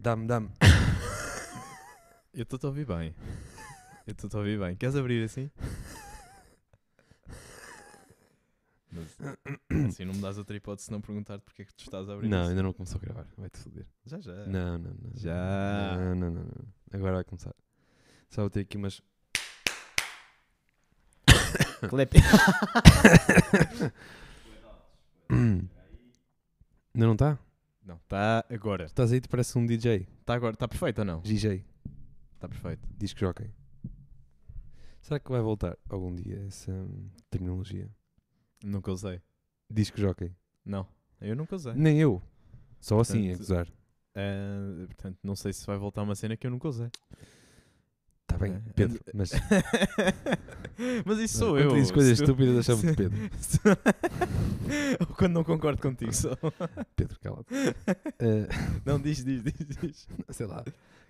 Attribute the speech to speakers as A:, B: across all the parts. A: Dá-me, dá-me.
B: Eu estou-te a ouvir bem. Eu estou-te a ouvir bem. Queres abrir assim? Mas assim não me dás outra hipótese se não perguntar-te porque é que tu estás a abrir
A: Não,
B: assim.
A: ainda não começou a gravar. Vai-te foder.
B: Já, já.
A: Não, não, não.
B: Já.
A: Não, não, não, não. Agora vai começar. Só vou ter aqui umas.
B: Clip.
A: Ainda não está?
B: Não, está agora.
A: Estás aí, te parece um DJ.
B: Está agora. Está perfeito ou não?
A: DJ.
B: Está perfeito.
A: Diz que joguem. Será que vai voltar algum dia essa hum, terminologia?
B: Nunca usei.
A: Diz que joguem.
B: Não. Eu nunca usei.
A: Nem eu. Só assim é
B: Portanto,
A: gozar.
B: Ah, portanto, não sei se vai voltar uma cena que eu nunca usei.
A: Está Tá bem,
B: eh,
A: Pedro. Mas
B: Mas isso sou
A: quando
B: eu.
A: tu dizes coisas
B: se tu-
A: estúpidas, achamos
B: se-
A: de Pedro.
B: se- Ou quando não concordo contigo só.
A: Pedro, cala Eh,
B: Não, diz, diz, diz, diz.
A: sei lá.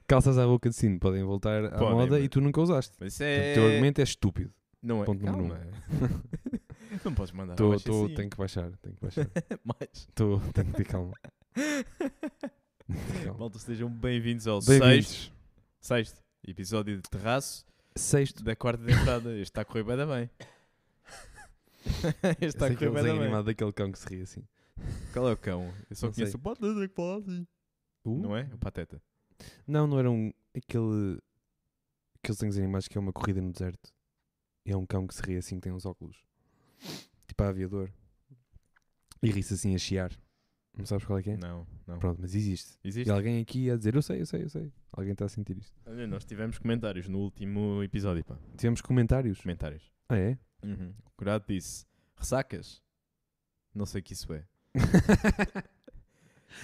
A: Calças à boca de sino podem voltar à
B: Podem,
A: moda
B: mas-
A: e tu nunca usaste.
B: Mas isso
A: Portanto,
B: é...
A: O teu argumento é estúpido.
B: Não é.
A: ponto número um.
B: Calma. não podes mandar
A: Tô,
B: abaixo
A: tô-
B: assim.
A: Tenho que baixar, tenho que baixar.
B: Mais.
A: Tô, tenho que ter calma. Tenho que ter calma.
B: Malta, sejam bem-vindos ao sexto,
A: Bem-vindos.
B: sexto episódio de Terraço
A: Sexto.
B: da quarta temporada. Este está a correr bem da bem. Este está
A: Esse
B: a
A: é aquele
B: correr bem da
A: desenho
B: bem.
A: animado daquele cão que se ri assim.
B: Qual é o cão? Eu só
A: Não
B: conheço
A: sei.
B: o Pateta que fala assim.
A: Uh?
B: Não é? O Pateta.
A: Não, não era um. Aquele. Aqueles desenhos animados que é uma corrida no deserto. E é um cão que se ri assim, que tem uns óculos. Tipo a aviador. E ri-se assim a chiar. Não sabes qual é que é?
B: Não, não.
A: Pronto, mas existe. E
B: Existe?
A: alguém aqui a dizer, eu sei, eu sei, eu sei. Alguém está a sentir isto.
B: Olha, nós tivemos comentários no último episódio, pá.
A: Tivemos comentários.
B: Comentários.
A: Ah, é?
B: Uhum. O Curado disse, ressacas? Não sei o que isso é.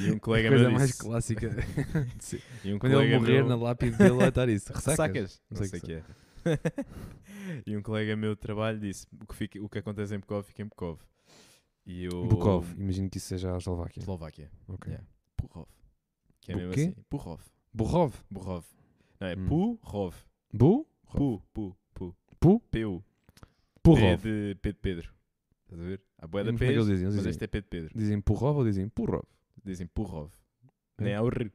B: E um colega
A: Coisa
B: meu disse...
A: mais clássica. de ser.
B: E um
A: Quando ele
B: colega
A: morrer
B: meu-
A: na lápide dele vai estar isso. Ressacas?
B: Sacas?
A: Não
B: Não
A: sei
B: sei,
A: o que
B: o que é. e um colega meu de trabalho disse: o que, fica- o que acontece em Bukov fica em Bukov. E eu.
A: Bukov. Imagino que isso seja a Eslováquia.
B: Eslováquia.
A: Ok.
B: Yeah. Purov. Que é
A: Bu
B: mesmo
A: quê?
B: assim. Purov.
A: Borrov.
B: Burrov. Não, é
A: Hum.
B: Purov.
A: Bu?
B: Pu, pu, pu.
A: Pu?
B: P-U. P
A: Porrov.
B: de, P de Pedro. Estás a ver? A boia da
A: Como é que eles
B: P.
A: dizem? Eles
B: Mas
A: dizem,
B: este é P de Pedro.
A: dizem Porrov ou dizem Porrov?
B: Dizem Purov.
A: É.
B: Nem há o R. é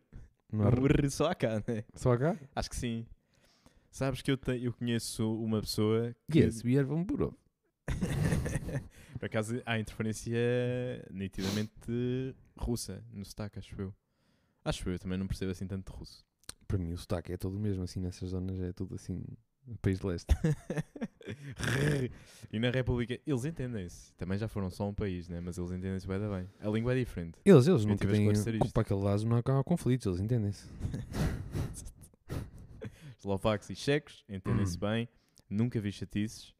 A: Não há
B: O
A: r-
B: R só há cá, né?
A: Só cá?
B: Acho que sim. Sabes que eu, te, eu conheço uma pessoa que
A: Yes, we are from Porrov.
B: Por acaso há interferência nitidamente russa no sotaque, acho eu. Acho eu, também não percebo assim tanto de russo.
A: Para mim o sotaque é todo o mesmo, assim, nessas zonas é tudo assim, país de leste.
B: e na República, eles entendem-se. Também já foram só um país, né? Mas eles entendem-se bem, bem. A língua é diferente.
A: Eles, eles
B: Eu
A: nunca
B: tive a
A: têm...
B: esclarecer isto.
A: Para aquele lado não há há conflitos, eles entendem-se.
B: Eslovacos e checos entendem-se
A: Hum.
B: bem. Nunca vi chatices.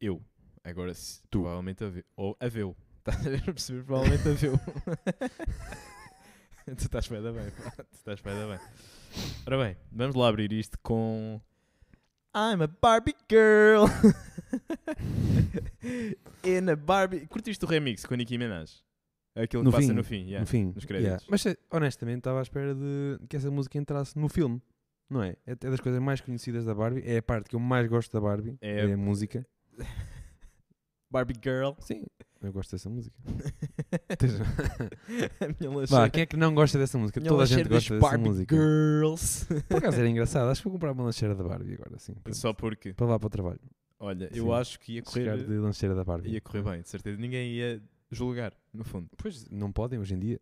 B: Eu. Agora, se, tu. provavelmente a ver. Ou a veu. Estás a ver? perceber? Provavelmente a veu. tu estás bem, da bem. pá. Tu estás bem, da bem. Ora bem, vamos lá abrir isto com. I'm a Barbie girl. In a Barbie. Curtiste o remix com a Nicki Minaj? Aquele que
A: No
B: passa
A: fim,
B: no fim. yeah.
A: no fim.
B: nos créditos.
A: Mas se- honestamente estava à espera de que essa música entrasse no filme, não é? É é das coisas mais conhecidas da Barbie, é a parte que eu mais gosto da Barbie,
B: É-
A: é, a música.
B: Barbie girl.
A: Sim, eu gosto dessa música.
B: a minha
A: Vá,
B: lancheira.
A: quem é que não gosta dessa música?
B: Minha
A: Toda a
B: lancheira
A: gente gosta
B: é das
A: dessa
B: Barbie
A: música.
B: Girls.
A: Por acaso era engraçado, acho que vou comprar uma lancheira da Barbie agora, sim. pronto.
B: Só porque,
A: Para lá para o trabalho.
B: olha,
A: Sim.
B: eu acho que ia
A: Chegar de
B: correr,
A: lancheira da Barbie.
B: ia correr bem, de certeza. Ninguém ia julgar, no fundo.
A: Pois não podem hoje em dia.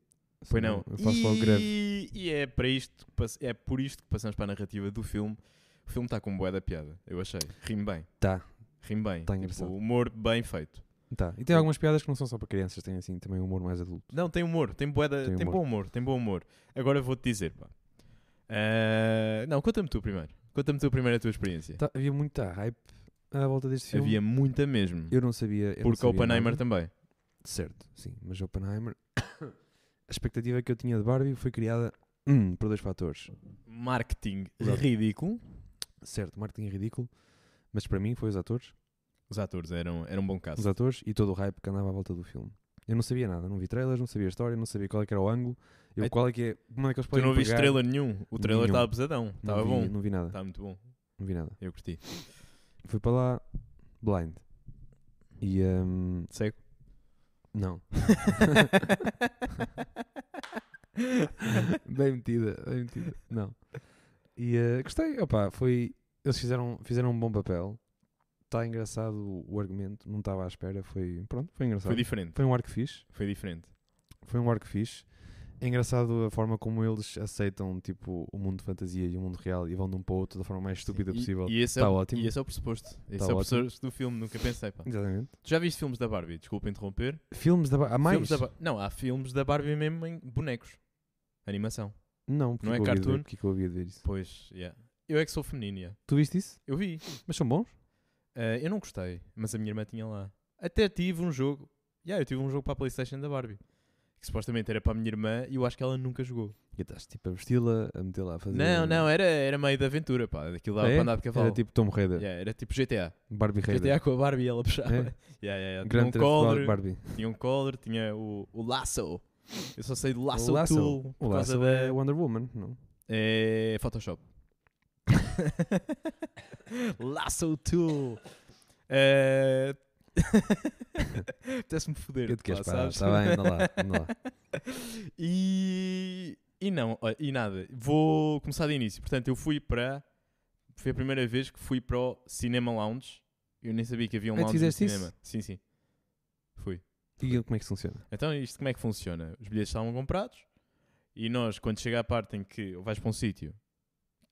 B: Pois não.
A: Eu faço logo greve.
B: e, e é para isto, que pass- é por isto que passamos para a narrativa do filme. O filme está com boa da piada, eu achei. Rime bem.
A: Tá,
B: Rime bem. Tipo,
A: Tá engraçado.
B: humor bem feito.
A: tá. E tem algumas piadas que não são só para crianças, tem assim também um humor mais adulto.
B: Não, tem humor, tem boeda,
A: Tem
B: tem,
A: humor.
B: bom humor, tem bom humor. Agora vou-te dizer, pá. Ah, não, conta-me tu primeiro. Conta-me tu primeiro a tua experiência.
A: Tá, havia muita hype à volta deste filme.
B: Havia muita mesmo.
A: Eu não sabia. Eu não
B: porque
A: sabia
B: Oppenheimer
A: nada.
B: também.
A: Certo, sim. Mas Oppenheimer. A expectativa que eu tinha de Barbie foi criada hum, por dois fatores.
B: marketing
A: Exato.
B: ridículo.
A: Certo, marketing ridículo. Mas para mim foi os atores.
B: Os atores eram, eram um bom
A: Os
B: caso.
A: atores e todo o hype que andava à volta do filme. Eu não sabia nada, não vi trailers, não sabia a história, não sabia qual é que era o ângulo, eu
B: Ai,
A: qual é que é, como é que eles
B: Tu
A: podem
B: não viste
A: pegar.
B: trailer nenhum. O trailer
A: Nenhum.
B: estava pesadão.
A: Não
B: Estava
A: vi-
B: bom. Tá.
A: Não vi nada,
B: Estava muito bom.
A: não vi nada.
B: Eu curti.
A: Fui para lá blind. E hum,
B: Seco.
A: não. bem metida, bem metida. Não. E eh, gostei, opá, foi. Eles fizeram, fizeram um bom papel. Está engraçado o- o argumento, não estava à espera, foi. Pronto, foi engraçado.
B: Foi
A: Foi,
B: diferente.
A: um arco fixe.
B: Foi diferente.
A: Foi um arco fixe. É engraçado a forma como eles aceitam tipo, o mundo de fantasia e o mundo real e vão de um para o outro da forma mais estúpida
B: E-
A: possível.
B: E esse, é,
A: Tá
B: o-
A: ótimo.
B: e esse é o pressuposto. Esse
A: Tá
B: é o
A: ótimo.
B: pressuposto do filme, nunca pensei. Pá.
A: Exatamente.
B: Tu já viste filmes da Barbie? Desculpa interromper.
A: Filmes da Barbie. Há mais?
B: Filmes da Bar- Não, há filmes da Barbie mesmo em bonecos. Animação.
A: Não, porque
B: Não é
A: que eu havia de ver-
B: cartoon?
A: porque que eu havia de ver isso?
B: Pois, yeah. Eu é que sou feminino, yeah.
A: Tu viste isso?
B: Eu vi.
A: Mas são bons?
B: Ah, eu não gostei, mas a minha irmã tinha lá. Até tive um jogo. Yeah, eu tive um jogo para a Playstation da Barbie. Que supostamente era para a minha irmã e eu acho que ela nunca jogou.
A: E estás tipo a vesti-la, a metê-la a fazer.
B: Não, não, é era, era meio da aventura, pá. Daquilo dava
A: É?
B: para andar de cavalo.
A: Era tipo Tom Raider,
B: Yeah, era tipo GTA.
A: Barbie Raider.
B: GTA com a Barbie e ela
A: É?
B: puxava. Yeah, yeah, yeah. Tinha, um
A: Grande
B: collar,
A: Barbie.
B: tinha um collar, tinha o, o laço. Eu só sei do laço,
A: O laço.
B: Tool
A: O
B: por
A: Lasso
B: causa da...
A: é Wonder Woman, não?
B: É Photoshop. Lasso Tool. É... Apetece-me foder.
A: Eu te queres
B: pá,
A: parar,
B: sabes?
A: está tá bem, anda lá, anda lá.
B: E... e não, olha, e nada. Vou começar do início. Portanto, eu fui para... Foi a primeira vez que fui para o Cinema Lounge. Eu nem sabia que havia um
A: Ah, tu
B: lounge no
A: fizeste isso?
B: cinema. Sim, sim. Fui.
A: E como é que funciona?
B: Então, isto como é que funciona? Os bilhetes estavam comprados e nós, quando chega a parte em que vais para um sítio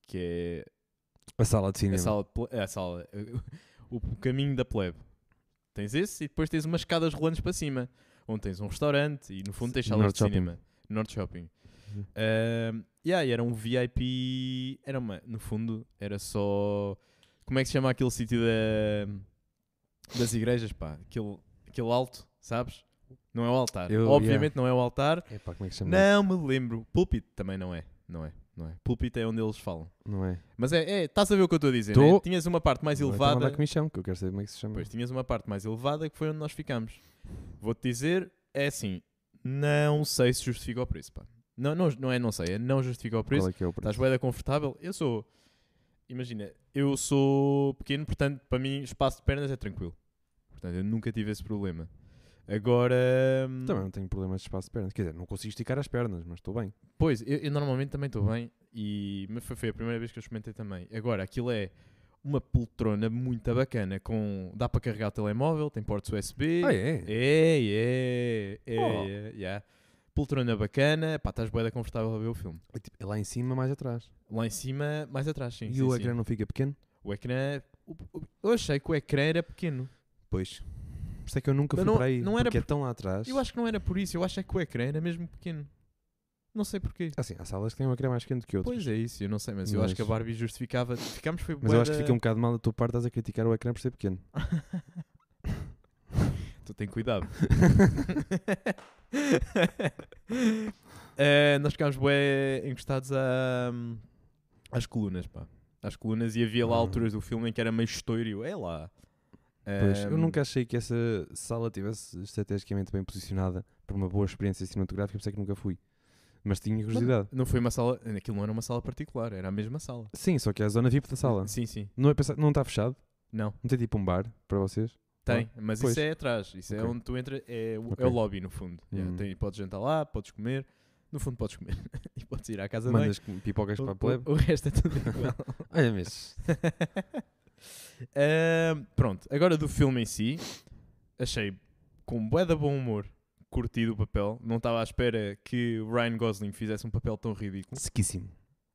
B: que é
A: A É sala de cinema.
B: a sala, de É ple- a sala o o caminho da plebe. Tens esse e depois tens umas escadas rolantes para cima, onde tens um restaurante e no fundo tens salas
A: Norte
B: de
A: Shopping.
B: cinema. Norte Shopping.
A: Uhum.
B: Ahm, yeah, e era um VIP, era uma, no fundo, era só como é que se chama aquele sítio da, das igrejas, pá, aquele, aquele alto, sabes? Não é o altar.
A: Eu-
B: Obviamente não é o altar.
A: Epá, como é que chama?
B: Não me lembro. Púlpito também não é, não é, não é. Púlpito é onde eles falam.
A: Não é?
B: Mas é, é, estás a ver o que eu estou a dizer,
A: Tô.
B: né? Tinhas uma parte mais
A: Agora está a
B: elevada.
A: mandar que me chame, que eu quero saber como é que se chama.
B: Pois, tinhas uma parte mais elevada que foi onde nós ficámos. Vou-te dizer, é assim, não sei se justifica o preço, pá. Não, não, não é não sei, é não justifica o preço.
A: Qual é que é o
B: Estás
A: preço?
B: bué da confortável? Eu sou, imagina, eu sou pequeno, portanto, para mim, espaço de pernas é tranquilo. Portanto, eu nunca tive esse problema. Agora, hum,
A: Também não tenho problemas de espaço de pernas. Quer dizer, não consigo esticar as pernas, mas estou bem.
B: Pois, eu, eu normalmente também estou bem, e, mas foi, foi a primeira vez que eu experimentei também. Agora, aquilo é uma poltrona muito bacana, com, dá para carregar o telemóvel, tem portos USB.
A: Ah, é?
B: É, é, é,
A: Oh.
B: é, yeah. Poltrona bacana, pá, estás bué da confortável a ver o filme.
A: É tipo, é lá em cima, mais atrás.
B: Lá em cima, mais atrás, sim.
A: e
B: sim,
A: o
B: sim.
A: ecrã não fica pequeno?
B: O ecrã- o- o- eu achei que o ecrã era pequeno.
A: Pois. Por isso é que eu nunca
B: Mas
A: fui
B: não-
A: para aí,
B: não era
A: porque é
B: por-
A: tão lá atrás.
B: Eu acho que não era por isso, eu acho é que o ecrã era mesmo pequeno. Não sei porquê.
A: Assim, há salas que têm um ecrã mais pequeno do que outras.
B: Pois é isso, eu não sei, mas eu acho que a
A: Mas-
B: Barbie justificava. Ficámos foi
A: Mas
B: bué
A: eu acho que
B: da-
A: fica um bocado mal da tua parte, estás a criticar o ecrã por ser pequeno.
B: Tu tem cuidado. Eh, nós ficámos bué encostados a, hum, às colunas, pá. Às colunas e havia lá
A: Ah.
B: alturas do filme em que era meio estouro. É lá.
A: Pois, eu
B: Ehm,
A: nunca achei que essa sala tivesse estrategicamente bem posicionada para uma boa experiência cinematográfica, por isso é que nunca fui. Mas tinha curiosidade.
B: Não foi uma sala... Aquilo não era uma sala particular, era a mesma sala.
A: Sim, só que é a zona VIP da sala.
B: Sim, sim.
A: Não, é pensa- não está fechado?
B: Não,
A: Não tem tipo um bar para vocês?
B: tem. Mas
A: Ah, Pois.
B: isso é atrás. Isso é
A: Ok.
B: onde tu entras. É, o-
A: Ok.
B: é o lobby, no fundo. Yeah,
A: Hum.
B: tem- podes jantar lá, podes comer. No fundo podes comer. e podes ir à casa de banho.
A: Mandas com- pipocas para a plebe?
B: O, o resto é tudo igual.
A: Olha, mas.
B: Ahm, pronto, agora do filme em si, achei com bué de bom humor, curti o papel. Não estava à espera que o Ryan Gosling fizesse um papel tão ridículo.
A: Sequíssimo.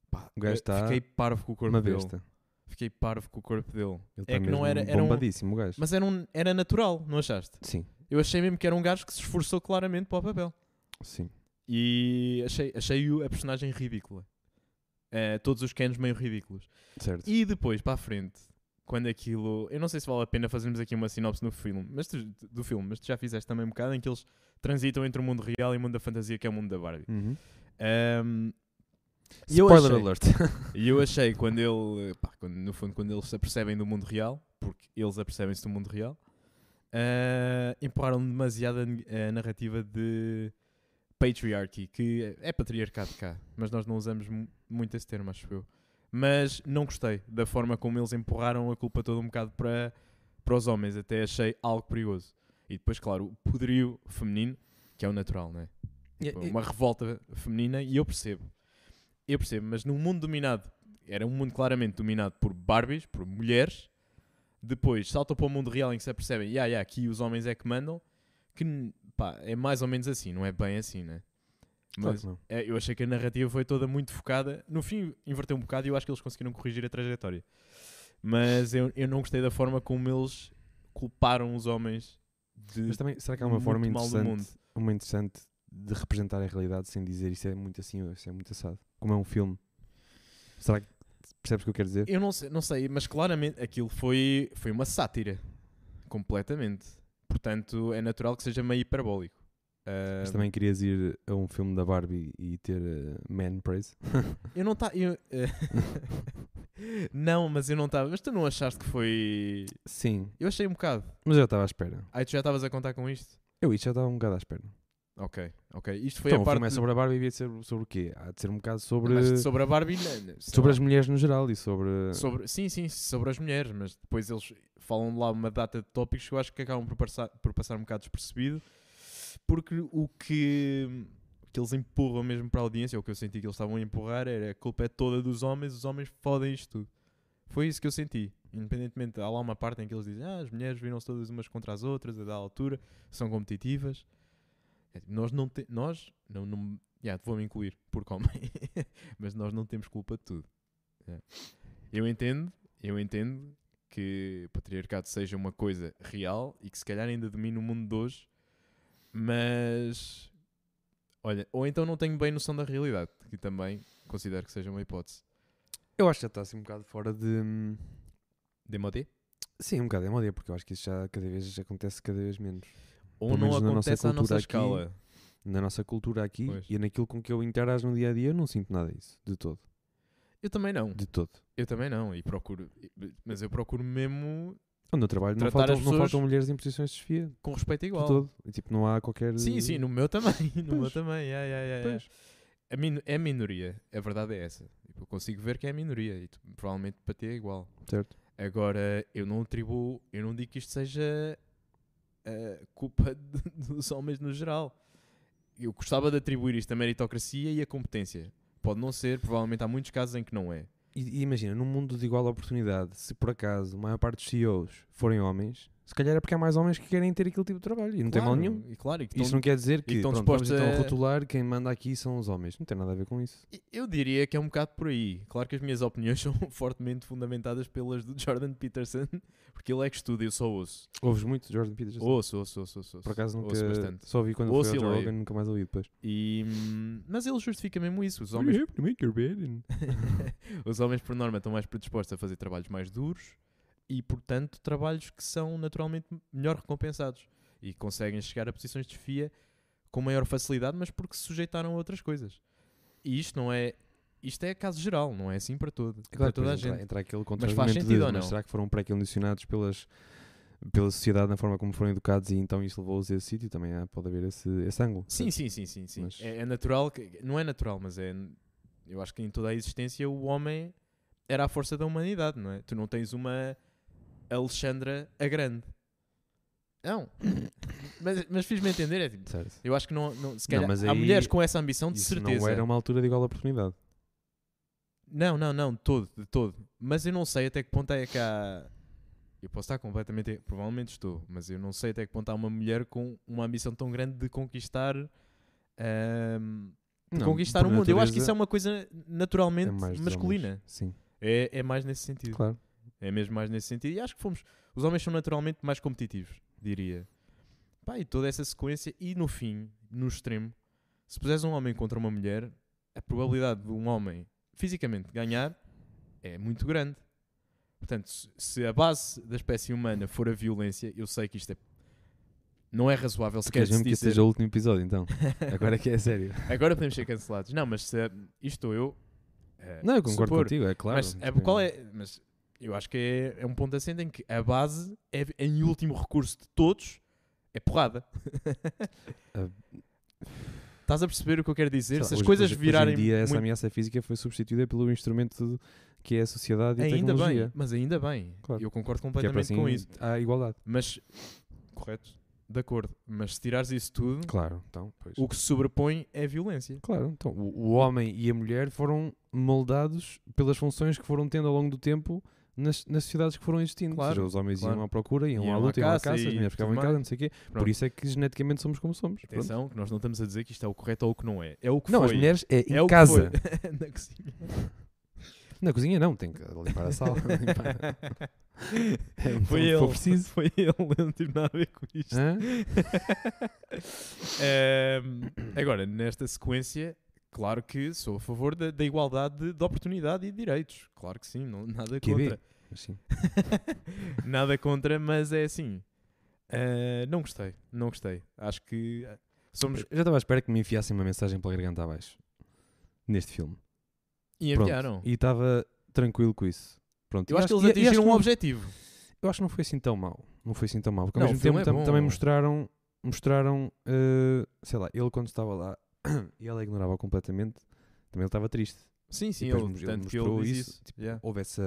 B: Pá,
A: o Um gajo
B: eu
A: está
B: Fiquei parvo com o corpo
A: Uma
B: dele.
A: besta.
B: Fiquei parvo com o corpo dele.
A: Ele
B: É
A: está
B: que não
A: mesmo
B: era- era um-
A: bombadíssimo o gajo.
B: Mas era, um, era natural, não achaste?
A: Sim,
B: Eu achei mesmo que era um gajo que se esforçou claramente para o papel.
A: sim.
B: E achei, achei o- a personagem ridícula. Eh, todos os canos meio ridículos.
A: Certo.
B: E depois, para a frente, quando aquilo. Eu não sei se vale a pena fazermos aqui uma sinopse no filme, mas tu- do filme, mas tu já fizeste também um bocado em que eles transitam entre o mundo real e o mundo da fantasia, que é o mundo da Barbie.
A: Uhum.
B: Ahm, E eu
A: Spoiler
B: achei-
A: alert.
B: e eu achei quando ele. pá, quando- no fundo, quando eles se apercebem do mundo real, porque eles apercebem-se do mundo real, ah, empurraram demasiado a ne- a, narrativa de patriarchy, que é patriarcado cá, mas nós não usamos mu- muito esse termo, acho eu. Mas não gostei da forma como eles empurraram a culpa toda um bocado para, para os homens, até achei algo perigoso. E depois, claro, o poderio feminino, que é o natural, não é? Tipo,
A: Yeah,
B: uma revolta feminina e eu percebo. Eu percebo, mas num mundo dominado, era um mundo claramente dominado por Barbies, por mulheres, depois saltam para o mundo real em que se apercebem, yeah, yeah, aqui os homens é que mandam, que n- pá, é mais ou menos assim, não é bem assim, né?
A: Claro
B: Mas
A: que não.
B: é, eu achei que a narrativa foi toda muito focada. No fim, inverteu um bocado e eu acho que eles conseguiram corrigir a trajetória. Mas eu, eu não gostei da forma como eles culparam os homens de.
A: Mas também, será que há uma
B: muito
A: forma
B: mal do mundo.
A: interessante, uma interessante de representar a realidade sem dizer isso é muito assim ou isso é muito assado? Como é um filme. Será que percebes o que eu quero dizer?
B: Eu não sei, não sei, mas claramente aquilo foi, foi uma sátira. Completamente. Portanto, é natural que seja meio hiperbólico. Ah,
A: Mas também querias ir a um filme da Barbie e ter eh, Man Praise?
B: Eu não estava. não, mas eu não estava. Mas tu não achaste que foi.
A: Sim,
B: Eu achei um bocado.
A: mas eu estava à espera.
B: Aí tu já estavas a contar com isto?
A: Eu isto já estava um bocado à espera.
B: Ok, ok. Isto foi
A: então,
B: a
A: o
B: parte.
A: filme é sobre a Barbie e devia ser sobre o quê? Há de ser um bocado sobre,
B: Mas
A: sobre,
B: sobre a Barbie, não, não, sei lá.
A: as mulheres no geral e sobre...
B: Sobre- sim, sim, sobre as mulheres, mas depois eles falam lá uma data de tópicos que eu acho que acabam por passar, por passar um bocado despercebido, porque o que, que eles empurram mesmo para a audiência, ou o que eu senti que eles estavam a empurrar, era a culpa é toda dos homens, os homens fodem isto tudo. Foi isso que eu senti. Independentemente, há lá uma parte em que eles dizem ah, as mulheres viram-se todas umas contra as outras, a da altura, são competitivas. É tipo, Nós não te- nós não, não yeah, vou-me incluir porque homem, mas nós não temos culpa de tudo. Yeah. Eu entendo, eu entendo que o patriarcado seja uma coisa real e que se calhar ainda domina o mundo de hoje, mas olha, ou então não tenho bem noção da realidade, que também considero que seja uma hipótese.
A: Eu acho que já está assim um bocado fora de... hum,
B: Demodé?
A: Sim, um bocado é uma ideia, porque eu acho que isso já cada vez acontece cada vez menos.
B: Ou
A: Pelo
B: não
A: menos na nossa
B: acontece à nossa
A: cultura aqui,
B: escala.
A: na nossa cultura aqui
B: Pois.
A: e naquilo com que eu interajo no dia a dia, eu não sinto nada disso, de todo,
B: Eu também não.
A: de todo.
B: Eu também não. E procuro. Mas eu procuro mesmo
A: Onde eu trabalho não
B: Tratar
A: faltam,
B: as
A: não
B: pessoas
A: faltam mulheres em posições de chefia, de
B: com respeito igual.
A: todo. E, tipo, não há qualquer.
B: Sim, sim, no meu também. No meu
A: Pois.
B: também. Yeah, yeah, yeah, yeah.
A: Pois.
B: A min- é minoria. A verdade é essa. Tipo, Eu consigo ver que é a minoria. E tu- provavelmente para ti é igual.
A: Certo.
B: Agora, eu não atribuo. Eu não digo que isto seja eh, culpa de- dos homens no geral. Eu gostava de atribuir isto à meritocracia e à competência. Pode não ser, provavelmente há muitos casos em que não é.
A: E, e imagina, num mundo de igual oportunidade, se por acaso a maior parte dos CEOs forem homens, se calhar é porque há mais homens que querem ter aquele tipo de trabalho e não tem mal
B: Claro,
A: nenhum.
B: E claro, e que
A: Isso
B: estão-
A: não quer dizer que
B: estão
A: pronto, vamos
B: dispostos
A: então
B: a-
A: rotular quem manda aqui são os homens. Não tem nada a ver com isso.
B: Eu diria que é um bocado por aí. Claro que as minhas opiniões são fortemente fundamentadas pelas do Jordan Peterson, porque ele é que estuda e eu só ouço.
A: Ouves muito Jordan Peterson?
B: Ouço, ouço, ouço, ouço.
A: por acaso
B: ouço
A: nunca.
B: bastante.
A: Só ouvi quando
B: Ouço
A: foi
B: e
A: ao Joe
B: leio.
A: Rogan, nunca mais ouvi depois.
B: E, hum, mas ele justifica mesmo isso. Os homens,
A: have to make your bed and- Uhum.
B: os homens, por norma, estão mais predispostos a fazer trabalhos mais duros e, portanto, trabalhos que são naturalmente melhor recompensados e conseguem chegar a posições de FIA com maior facilidade, mas porque se sujeitaram a outras coisas. E isto não é. Isto é caso geral, não é assim para todo.
A: É Claro,
B: para toda a
A: depois entra,
B: gente.
A: entra aquele
B: faz
A: contrastamento
B: sentido
A: de,
B: ou
A: mas
B: não?
A: será que foram pré-condicionados pelas, pela sociedade na forma como foram educados e então isso levou-os a esse sítio? Também há- pode haver esse, esse ângulo.
B: Sim, sim, sim, sim, sim.
A: Mas-
B: É, é natural que não é natural, mas é eu acho que em toda a existência o homem era a força da humanidade, não é? Tu não tens uma Alexandra a grande. Não. mas mas fiz-me entender, é tipo,
A: Certo.
B: eu acho que não, não se calhar
A: mas
B: há
A: aí
B: mulheres com essa ambição de
A: Isso
B: certeza.
A: não era uma altura de igual oportunidade.
B: Não, não, não, de todo, de todo. Mas eu não sei até que ponto é que há. Eu posso estar completamente. Provavelmente estou, mas eu não sei até que ponto há uma mulher com uma ambição tão grande de conquistar. hum, ahm, de
A: Não,
B: conquistar
A: por
B: o mundo. Eu acho que isso
A: natureza,
B: é
A: é
B: uma coisa naturalmente
A: mais dos homens.
B: masculina.
A: Sim,
B: É, é mais nesse sentido.
A: claro.
B: É mesmo mais nesse sentido. E acho que fomos. Os homens são naturalmente mais competitivos, diria. Pá, e toda essa sequência, e no fim, no extremo, se puseres um homem contra uma mulher, a probabilidade de um homem fisicamente ganhar é muito grande. Portanto, se- se a base da espécie humana for a violência, eu sei que isto é. Não é razoável
A: Tu
B: sequer
A: queres
B: se
A: mesmo que este
B: dizer.
A: seja o último episódio, então. Agora é que é sério.
B: Agora podemos ser cancelados. Não, mas se, isto estou eu. eh,
A: Não, eu concordo
B: supor.
A: contigo, é claro.
B: Mas, é, qual é, mas eu acho que é, é um ponto acento em que a base, é, em último recurso de todos, é porrada.
A: Ah.
B: Estás a perceber o que eu quero dizer?
A: Sei lá,
B: Se as
A: hoje-
B: coisas
A: hoje- hoje em
B: virarem.
A: dia, essa
B: muito-
A: ameaça física foi substituída pelo instrumento que é a sociedade e a
B: ainda
A: tecnologia.
B: bem, mas ainda bem.
A: Claro.
B: Eu concordo
A: que é para
B: completamente
A: assim
B: com isso.
A: Há igualdade.
B: Mas. Correto. de acordo. Mas se tirares isso tudo,
A: Claro, então, pois.
B: Hum. o que se sobrepõe é a violência.
A: Claro, então, o, o homem e a mulher foram moldados pelas funções que foram tendo ao longo do tempo nas, nas sociedades que foram existindo.
B: Claro,
A: Ou seja, os homens
B: claro.
A: iam à procura, iam,
B: Iam
A: à
B: à
A: luta, iam à
B: caça
A: caça, as
B: e
A: mulheres ficavam em
B: tudo
A: casa,
B: mais.
A: não sei o quê. Por
B: Pronto.
A: isso é que geneticamente somos como somos. Pronto.
B: Atenção, que nós não estamos a dizer que isto é o correto ou o que não é. É o que
A: Não,
B: foi.
A: as mulheres é em
B: é o que
A: casa.
B: foi. Na cozinha.
A: Na cozinha não, tem que limpar a sala. É limpar.
B: foi
A: se
B: ele.
A: for preciso.
B: Foi ele. Eu não tive nada a ver com isto.
A: Hã?
B: Ahm, agora, nesta sequência, claro que sou a favor da, da igualdade de, de oportunidade e de direitos. Claro que sim, não- nada
A: Que bem.
B: contra.
A: Mas sim.
B: nada contra, mas é assim. Ah, não gostei, não gostei. Acho que ah, somos.
A: Eu Já estava à espera que me enfiassem uma mensagem pela garganta abaixo. Neste filme.
B: E
A: Pronto.
B: enviaram.
A: E estava tranquilo com isso. Pronto.
B: Eu
A: E
B: acho que eles
A: e- e
B: atingiram um
A: não-
B: objetivo.
A: Eu acho que não foi assim tão mau. Não foi assim tão mau. Porque ao
B: Não, o
A: mesmo
B: filme
A: tempo
B: é
A: tam-
B: bom.
A: também mostraram, mostraram eh, sei lá, ele quando estava lá e ela ignorava completamente, também ele estava triste.
B: Sim, sim,
A: depois
B: ele,
A: mos- ele
B: tanto que
A: mostrou
B: ele diz
A: isso, tipo,
B: isso. Yeah.
A: Houve esse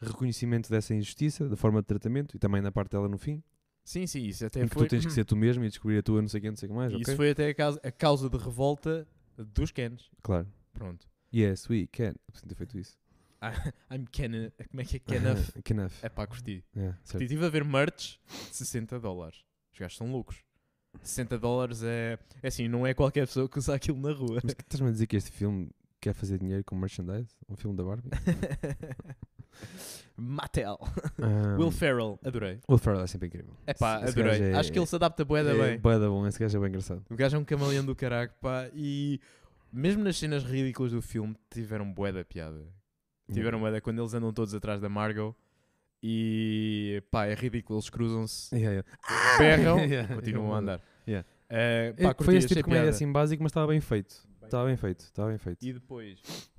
A: reconhecimento dessa injustiça, da forma de tratamento e também na parte dela no fim,
B: Sim, sim, isso até
A: em que
B: foi.
A: tu tens que ser tu mesmo e descobrir a tua, não sei o que, não sei o que mais.
B: isso
A: ok?
B: foi até a causa, a causa de revolta dos Kens.
A: Claro.
B: Pronto.
A: Yes, we can. Eu preciso ter feito isso.
B: I'm Ken. Como é que é Kenneth?
A: Kenaf.
B: É pá, curti.
A: É, certo.
B: Curti. Estive a ver merch de 60 dólares. Os gajos são loucos. 60 dólares é, é assim, não é qualquer pessoa que usa aquilo na rua.
A: Mas que- estás-me a dizer que este filme quer fazer dinheiro com merchandise? Um filme da Barbie?
B: Mattel.
A: Ah,
B: Will Ferrell, adorei.
A: Will Ferrell é sempre incrível.
B: É pá,
A: Esse- esse gajo
B: adorei.
A: é-
B: Acho que ele se adapta bué da
A: é
B: bem.
A: bué da bom, esse gajo é bem engraçado.
B: O gajo é um camaleão do caraco, pá. E mesmo nas cenas ridículas do filme, tiveram bué da piada. Tiveram bué da quando eles andam todos atrás da Margot. E pá, é ridículo. Eles cruzam-se,
A: Yeah, yeah.
B: berram,
A: Yeah,
B: continuam
A: yeah.
B: a andar.
A: Yeah.
B: Eh,
A: É,
B: pá, curti,
A: foi esse tipo
B: achei
A: de comédia
B: piada.
A: assim básico, mas estava bem feito. Estava bem feito, estava bem feito.
B: E depois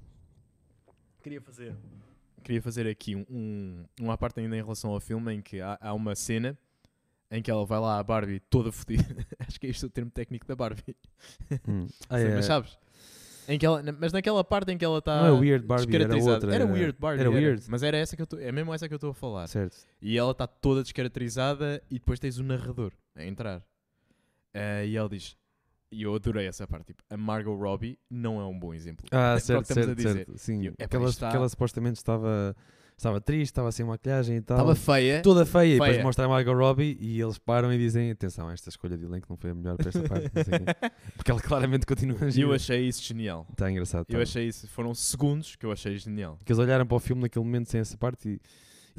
B: queria fazer queria fazer aqui um, um uma parte ainda em relação ao filme em que há, há uma cena em que ela vai lá à Barbie toda fodida. Acho que é este o termo técnico da Barbie.
A: Hum. Ah,
B: Sim,
A: é,
B: Mas sabes? Em que ela, na- mas naquela parte em que ela está
A: Não é Weird Barbie, era outra.
B: ah,
A: é.
B: Era Weird Barbie.
A: Era Weird.
B: Mas era essa que eu tô, é mesmo essa que eu estou a falar.
A: Certo.
B: E ela está toda descaracterizada e depois tens o narrador a entrar. Ah, e ela diz, e eu adorei essa parte, tipo, a Margot Robbie não é um bom exemplo. É o
A: Ah,
B: que
A: certo,
B: estamos a
A: certo,
B: dizer.
A: certo. Sim,
B: E eu, epá,
A: aquela,
B: isto está-
A: aquela supostamente estava, estava triste, estava sem maquilhagem e tal.
B: Estava feia.
A: toda feia. E depois
B: feia.
A: mostra a Margot Robbie e eles param e dizem: Atenção, esta escolha de elenco não foi a melhor para esta parte. não sei o quê." Porque ela claramente continua a
B: E eu
A: agir.
B: achei isso genial.
A: Está engraçado.
B: Eu
A: tá.
B: achei isso. Foram segundos que eu achei genial.
A: Porque eles olharam para o filme naquele momento sem essa parte e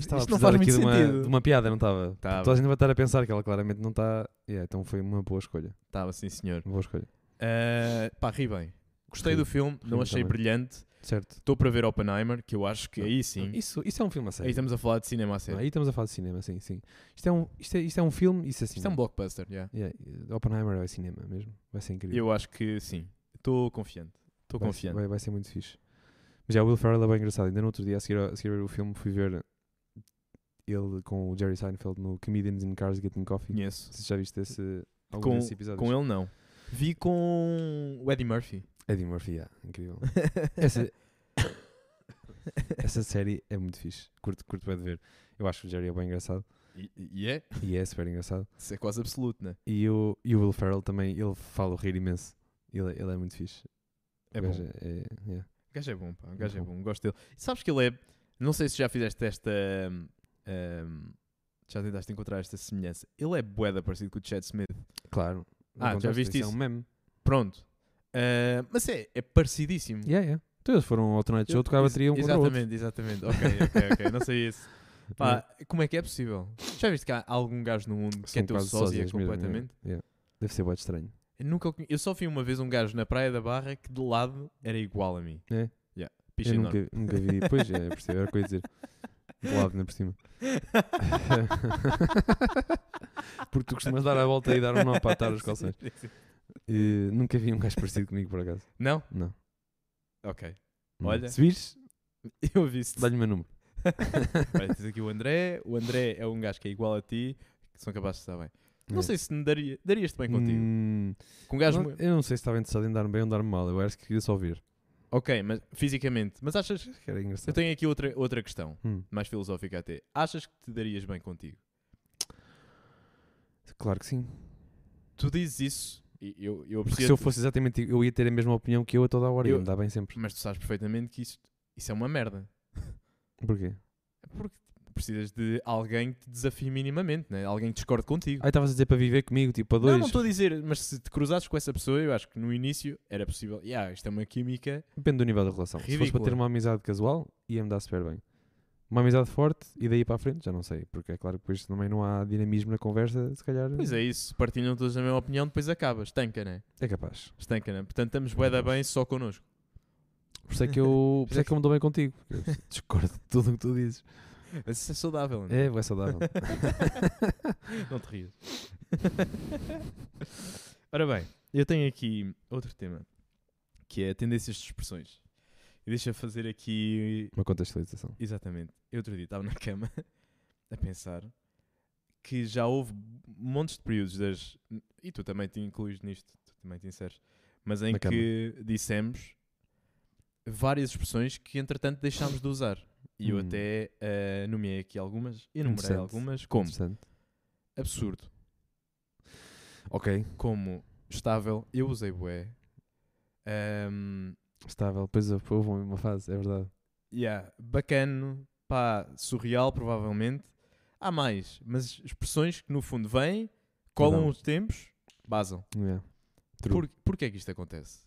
A: estava
B: Isto
A: a
B: não
A: precisar
B: faz
A: aqui
B: muito
A: de uma,
B: sentido.
A: de uma piada, não estava?
B: Tava.
A: Toda a gente vai estar a pensar que ela claramente não está. Yeah, então foi uma boa escolha.
B: Estava assim, senhor.
A: Uma boa escolha.
B: Ah, pá, ri bem. Gostei
A: Ri.
B: do filme, não
A: muito
B: achei
A: bem.
B: brilhante.
A: Certo.
B: Estou para ver Oppenheimer, que eu acho que aí sim.
A: Isso, isso é um filme a sério.
B: Aí estamos a falar de cinema a
A: Não,
B: sério.
A: aí estamos a falar de cinema, sim, sim. Isto é um, isto é, isto é um filme, isso é
B: Isto é um
A: cinema.
B: blockbuster, yeah.
A: Yeah, Oppenheimer é cinema mesmo. Vai ser incrível.
B: Eu acho que sim. Estou confiante. Estou
A: Vai-
B: confiante.
A: Vai, vai ser muito fixe. Mas já o Will Ferrell é bem engraçado. Ainda no outro dia, a seguir, a seguir a ver o filme, fui ver ele com o Jerry Seinfeld no Comedians in Cars Getting Coffee.
B: Conheço.
A: Vocês já viste esse, algum
B: Com,
A: desses episódios?
B: com ele não. Vi com o Eddie Murphy.
A: Eddie Murphy, yeah, incrível. Essa, é- essa série é muito fixe. Curto, curto bem de ver. Eu acho que o Jerry é bem engraçado.
B: E, e é?
A: E é super engraçado.
B: Isso é quase absoluto, né?
A: E o, e o Will Ferrell também, ele fala rir imenso. Ele, ele é muito fixe.
B: É
A: O
B: bom.
A: gajo é- é- yeah.
B: O gajo é bom, pá. O gajo é
A: Muito bom.
B: bom. Gosto dele. E sabes que ele é. Não sei se já fizeste esta. hum, hum, já tentaste encontrar esta semelhança. Ele é boeda parecido com o Chad Smith.
A: Claro.
B: Ah, já
A: Encontraste,
B: viste
A: É
B: isso? Hum.
A: um meme.
B: Pronto. Ah, mas é, é parecidíssimo.
A: Yeah, yeah. Então eles foram ao Tonight Show tocar a
B: Ex-
A: bateria um contra o outro.
B: Exatamente, exatamente. Ok, ok, ok. Não sei isso. Pá, como é que é possível? Já viste que há algum gajo no mundo que é
A: São
B: teu
A: quase
B: sósia
A: sósias mesmo, yeah.
B: completamente?
A: Yeah. Deve ser bem estranho.
B: Eu, nunca o conhe- eu só vi uma vez um gajo na Praia da Barra que de lado era igual a mim.
A: É?
B: Yeah. Picha
A: eu
B: enorme.
A: nunca, nunca vi. Pois é, percebo, era o que eu ia dizer. De lado, não é por cima. Porque tu costumas dar a volta e dar um nó para atar os calções.
B: Sim, sim, sim.
A: Eh, nunca vi um gajo parecido comigo, por acaso.
B: Não?
A: Não.
B: Ok.
A: Não.
B: Olha.
A: Se vires,
B: Eu vi-se.
A: dá-lhe o meu número.
B: Olha, tens aqui o André. O André é um gajo que é igual a ti. Que são capazes de estar bem. Não sei se me daria, darias-te bem contigo.
A: É. Hum,
B: Com um gajo.
A: não-
B: mu-
A: eu não sei se estava interessado em dar-me bem ou dar-me mal. Eu acho que queria só ver.
B: Ok, mas fisicamente. Mas achas.
A: Que era
B: Eu
A: engraçado.
B: tenho aqui outra, outra questão,
A: Hum.
B: mais filosófica até. Achas que te darias bem contigo?
A: Claro que sim.
B: Tu dizes isso e eu, eu
A: Porque
B: aprecio-
A: se eu fosse exatamente, eu ia ter a mesma opinião que eu a toda a hora e
B: Eu-
A: eu me dá bem sempre.
B: Mas tu sabes perfeitamente que isso, isso é uma merda. É
A: Porquê?
B: Porque precisas de alguém que te desafie minimamente, né? alguém que discorde contigo.
A: Ah, estavas a dizer para viver comigo, tipo, a dois.
B: Não, não estou a dizer, mas se te cruzasses com essa pessoa, eu acho que no início era possível. Yeah, isto é uma química.
A: Depende do nível da relação. Se fosse para
B: Ridícula.
A: ter uma amizade casual, ia-me dar super bem. Uma amizade forte e daí para a frente, já não sei. Porque é claro que depois também não há dinamismo na conversa, se calhar.
B: Pois é isso, partilham todos a mesma opinião, depois acaba. Estanca, né?
A: É capaz.
B: Estanca, né? Portanto, estamos bué da bem só connosco.
A: Por isso é que eu, por isso é
B: é
A: que eu me dou bem contigo. porque eu discordo de tudo o que tu dizes.
B: Mas isso é saudável, né?
A: É, vai saudável.
B: Não te rias. Ora bem, eu tenho aqui outro tema, que é tendências de expressões. E deixa fazer aqui
A: Uma contextualização.
B: Exatamente. Eu outro dia estava na cama a pensar que já houve montes de períodos das. E tu também te incluís nisto, tu também te inseres. Mas em
A: Na cama.
B: que dissemos várias expressões que entretanto deixámos de usar. E eu
A: Hum.
B: até eh, nomeei aqui algumas, enumerei
A: Interessante.
B: algumas, como
A: Interessante.
B: absurdo,
A: Ok.
B: como estável, eu usei bué. ehm, Ahm,
A: Estável. Pois houve houve uma fase, é verdade.
B: Yeah, bacano, pá, surreal, provavelmente. Há mais, mas expressões que no fundo vêm, colam
A: Não.
B: os tempos, basam.
A: É. True.
B: Por, porquê é que isto acontece?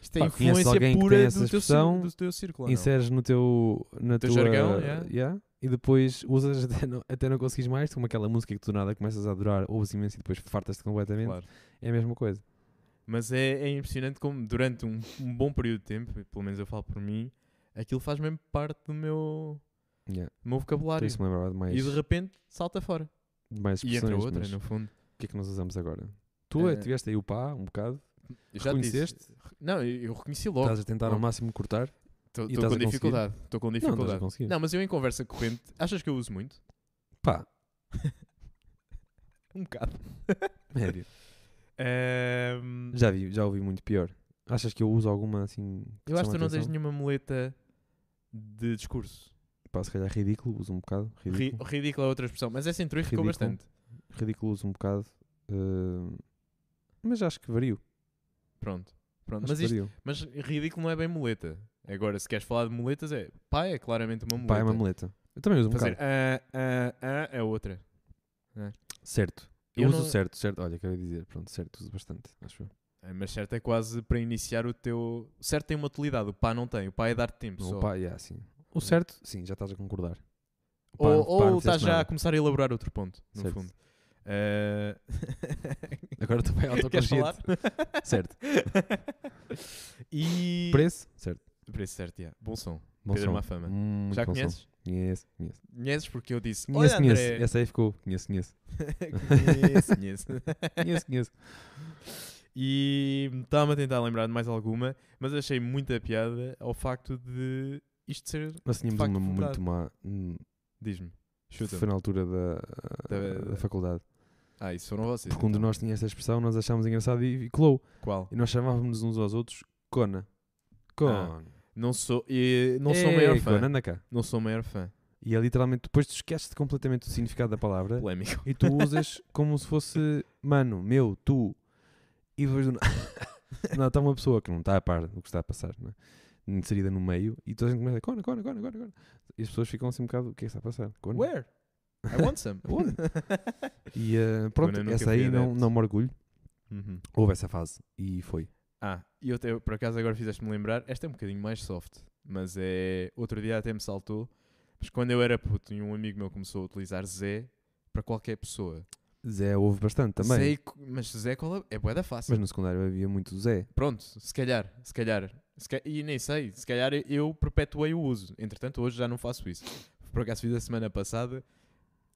B: Isto é
A: Pá, conheces alguém
B: influência
A: que tem
B: pura
A: essa
B: do teu,
A: expressão,
B: cir- do teu círculo. ou não?
A: Inseres no teu, na
B: Teu
A: tua, eh,
B: jargão, yeah.
A: yeah, e depois usas até não, até não conseguires mais, como aquela música que tu nada começas a adorar, ouves imenso e depois fartas-te completamente.
B: Claro.
A: É a mesma coisa.
B: Mas é, é impressionante como durante um, um bom período de tempo, pelo menos eu falo por mim, aquilo faz mesmo parte do meu,
A: Yeah.
B: do meu
A: Por
B: vocabulário.
A: isso me lembrava de mais,
B: E de repente salta fora.
A: de mais
B: E entra
A: expressões,
B: outra,
A: mas
B: no fundo.
A: o que é que nós usamos agora? Tu é,
B: Eh,
A: tiveste aí o pá, um bocado,
B: Eu já te disse. Oh,
A: reconheceste?
B: Não, eu, eu reconheci logo.
A: estás a tentar ao
B: logo.
A: máximo cortar.
B: Estou
A: E estás
B: com
A: a conseguir?
B: dificuldade. Estou com
A: Não, estás a
B: dificuldade.
A: conseguir.
B: Não, mas eu em conversa corrente, achas que eu uso muito?
A: Pá,
B: Um bocado.
A: médio. Já vi, já ouvi muito pior. Achas que eu uso alguma assim?
B: eu acho que tu não tens
A: tens
B: nenhuma moleta de discurso.
A: Pá, se calhar ridículo, uso um bocado.
B: Ri-
A: Ridículo,
B: ridícula é outra expressão, mas essa intro ficou
A: Ridículo.
B: bastante.
A: ridículo uso um bocado. eh, mas acho que vario.
B: Pronto. Pronto.
A: Acho
B: Mas,
A: que
B: isto,
A: vario.
B: mas ridículo não é bem moleta. Agora, se queres falar de moletas, é pá, é claramente uma moleta.
A: Pá, é uma muleta. Eu também uso um
B: Fazer
A: bocado.
B: ah, ah, ah é outra.
A: Certo. Eu,
B: Eu
A: uso
B: não-
A: certo, certo. Olha, acabei de dizer. Pronto, certo, uso bastante. Acho eu.
B: Ah, Mas certo é quase para iniciar o teu. Certo tem uma utilidade, o pá não tem. O pá é dar tempo.
A: Não,
B: só.
A: o pá, yeah, sim. O certo, sim, já estás a concordar. O pá,
B: Ou,
A: o pá,
B: ou
A: não
B: estás
A: fizeste
B: já a
A: nada.
B: começar a elaborar outro ponto, no
A: Certo.
B: fundo. Eh,
A: Agora também
B: Queres falar?
A: autoconsciente. certo.
B: e.
A: Preço? Certo.
B: Preço certo, yeah. Bom som.
A: Bom
B: Pedro
A: som.
B: Mafama.
A: Muito
B: já
A: bom som.
B: conheces?
A: Conheço, conheço.
B: Conheces porque eu disse.
A: Conheço,
B: Olha,
A: conheço.
B: André.
A: Essa aí ficou. Conheço, conheço.
B: conheço, conheço.
A: Conheço, conheço.
B: E estava-me a tentar lembrar de mais alguma, mas achei muita piada ao facto de isto ser.
A: Nós tínhamos
B: facto,
A: uma
B: verdade.
A: muito má. hum,
B: Diz-me. Chuta.
A: Foi na altura da, da,
B: Da-
A: faculdade.
B: Ah, isso foram vocês.
A: Porque um de
B: então.
A: nós tinha esta expressão, nós achámos engraçado e, e colou.
B: Qual?
A: E nós chamávamos uns aos outros Cona. Cona.
B: Não sou. e não sou o
A: Ei,
B: maior fã.
A: Cona, anda cá.
B: Não sou o maior fã.
A: E é literalmente, depois tu esqueces completamente o significado da palavra
B: Polémico.
A: e tu usas como se fosse mano, meu, tu. E depois do na- Não, está uma pessoa que não está a par do que está a passar, não é? inserida no meio, e toda a gente começa a cona, cona, cona, cona, cona. E as pessoas ficam assim um bocado, o que é que está a passar? Cona.
B: Where? I want some.
A: Onde? E eh, pronto,
B: Cona nunca
A: essa
B: fui
A: aí não,
B: adepto.
A: não me orgulho.
B: Uhum.
A: Houve essa fase e foi.
B: Ah, e eu até, por acaso agora fizeste-me lembrar, esta é um bocadinho mais soft, mas é. Outro dia até me saltou, mas quando eu era puto e um amigo meu começou a utilizar Zé para qualquer pessoa.
A: Zé houve bastante também.
B: Zé, e co- mas Zé qual é? É boeda fácil.
A: Mas no secundário havia muito Zé.
B: Pronto, se calhar, se calhar. se ca- E nem sei, se calhar eu perpetuei o uso. Entretanto, hoje já não faço isso. Por acaso fiz a semana passada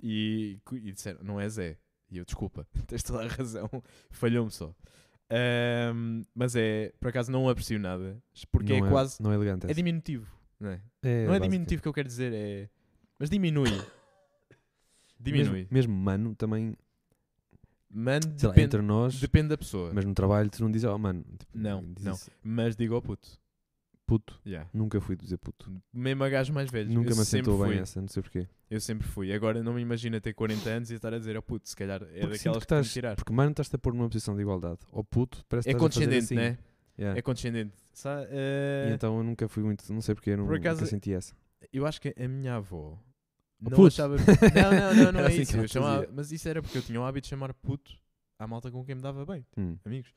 B: e, cu- e disseram, não é Zé. E eu, desculpa, tens toda a razão, falhou-me só. Ahm, mas é, por acaso não aprecio nada, porque
A: não
B: é quase
A: Não é elegante.
B: É
A: essa.
B: diminutivo, não é?
A: É
B: não é
A: básica.
B: diminutivo que eu quero dizer, é. Mas diminui.
A: Mesmo-
B: diminui.
A: Mesmo, mano também,
B: Mano,
A: sei lá,
B: depende,
A: entre nós.
B: depende da pessoa. Mas,
A: Mas no trabalho tu não dizes, oh mano, tipo,
B: Não,
A: diz
B: não.
A: isso.
B: digo ao puto.
A: Puto.
B: Yeah.
A: Nunca fui dizer puto.
B: Mesmo a gajos mais velhos.
A: Nunca
B: eu
A: me assentou
B: sempre
A: bem
B: fui.
A: essa, não sei porquê.
B: Eu sempre fui. Agora não me imagino ter 40 anos e estar a dizer, oh puto, se calhar é
A: Porque sinto
B: daquelas
A: que
B: que estás...
A: estás-
B: tirar.
A: Porque mano, estás-te a pôr numa posição de igualdade. Ou puto, parece que
B: É
A: estás a fazer
B: condescendente,
A: assim.
B: né?
A: Yeah.
B: É condescendente. Sa-
A: E
B: eh,
A: então eu nunca fui muito, não sei porque, eu não,
B: Por acaso-
A: nunca senti essa.
B: Eu acho que a minha avó
A: então? Oh,
B: não
A: puto.
B: achava. Não, não, não, não
A: Era
B: é
A: assim
B: isso.
A: que ela
B: eu chamava-
A: dizia.
B: Mas isso era porque eu tinha o hábito de chamar puto à malta com quem me dava bem,
A: Hum.
B: amigos.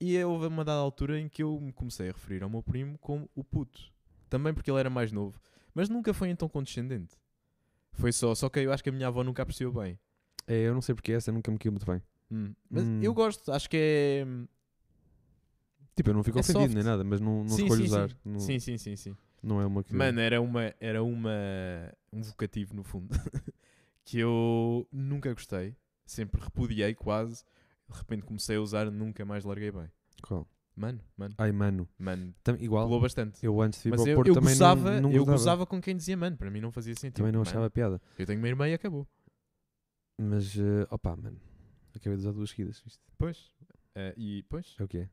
B: E houve uma dada altura em que eu me comecei a referir ao meu primo como o puto. Também porque ele era mais novo. Mas nunca foi então condescendente. Foi só, só que eu acho que a minha avó nunca apreciou bem.
A: É, eu não sei porque essa nunca me caiu muito bem.
B: Hum. Mas
A: Hum.
B: eu gosto, acho que é.
A: Tipo, eu não fico
B: É
A: ofendido
B: soft.
A: nem nada, mas não, não
B: Sim,
A: escolho
B: sim,
A: usar. Não,
B: Sim, sim, sim, sim.
A: não é uma que.
B: Mano, era uma, era uma um vocativo no fundo que eu nunca gostei, sempre repudiei quase, de repente comecei a usar, nunca mais larguei bem.
A: Qual?
B: Mano, mano,
A: Ai, mano.
B: mano,
A: Tam- igual.
B: falou bastante.
A: Eu antes de ir
B: Mas
A: para Tipo, o
B: eu,
A: Porto
B: eu
A: também
B: gozava,
A: não, não
B: eu
A: gostava.
B: gozava com quem dizia mano, para mim não fazia sentido.
A: Também não
B: Mano,
A: achava piada.
B: Eu tenho uma irmã e acabou.
A: Mas, eh, opa, mano. Acabei de usar duas seguidas, viste?
B: Pois. Eh, e pois.
A: É o que é.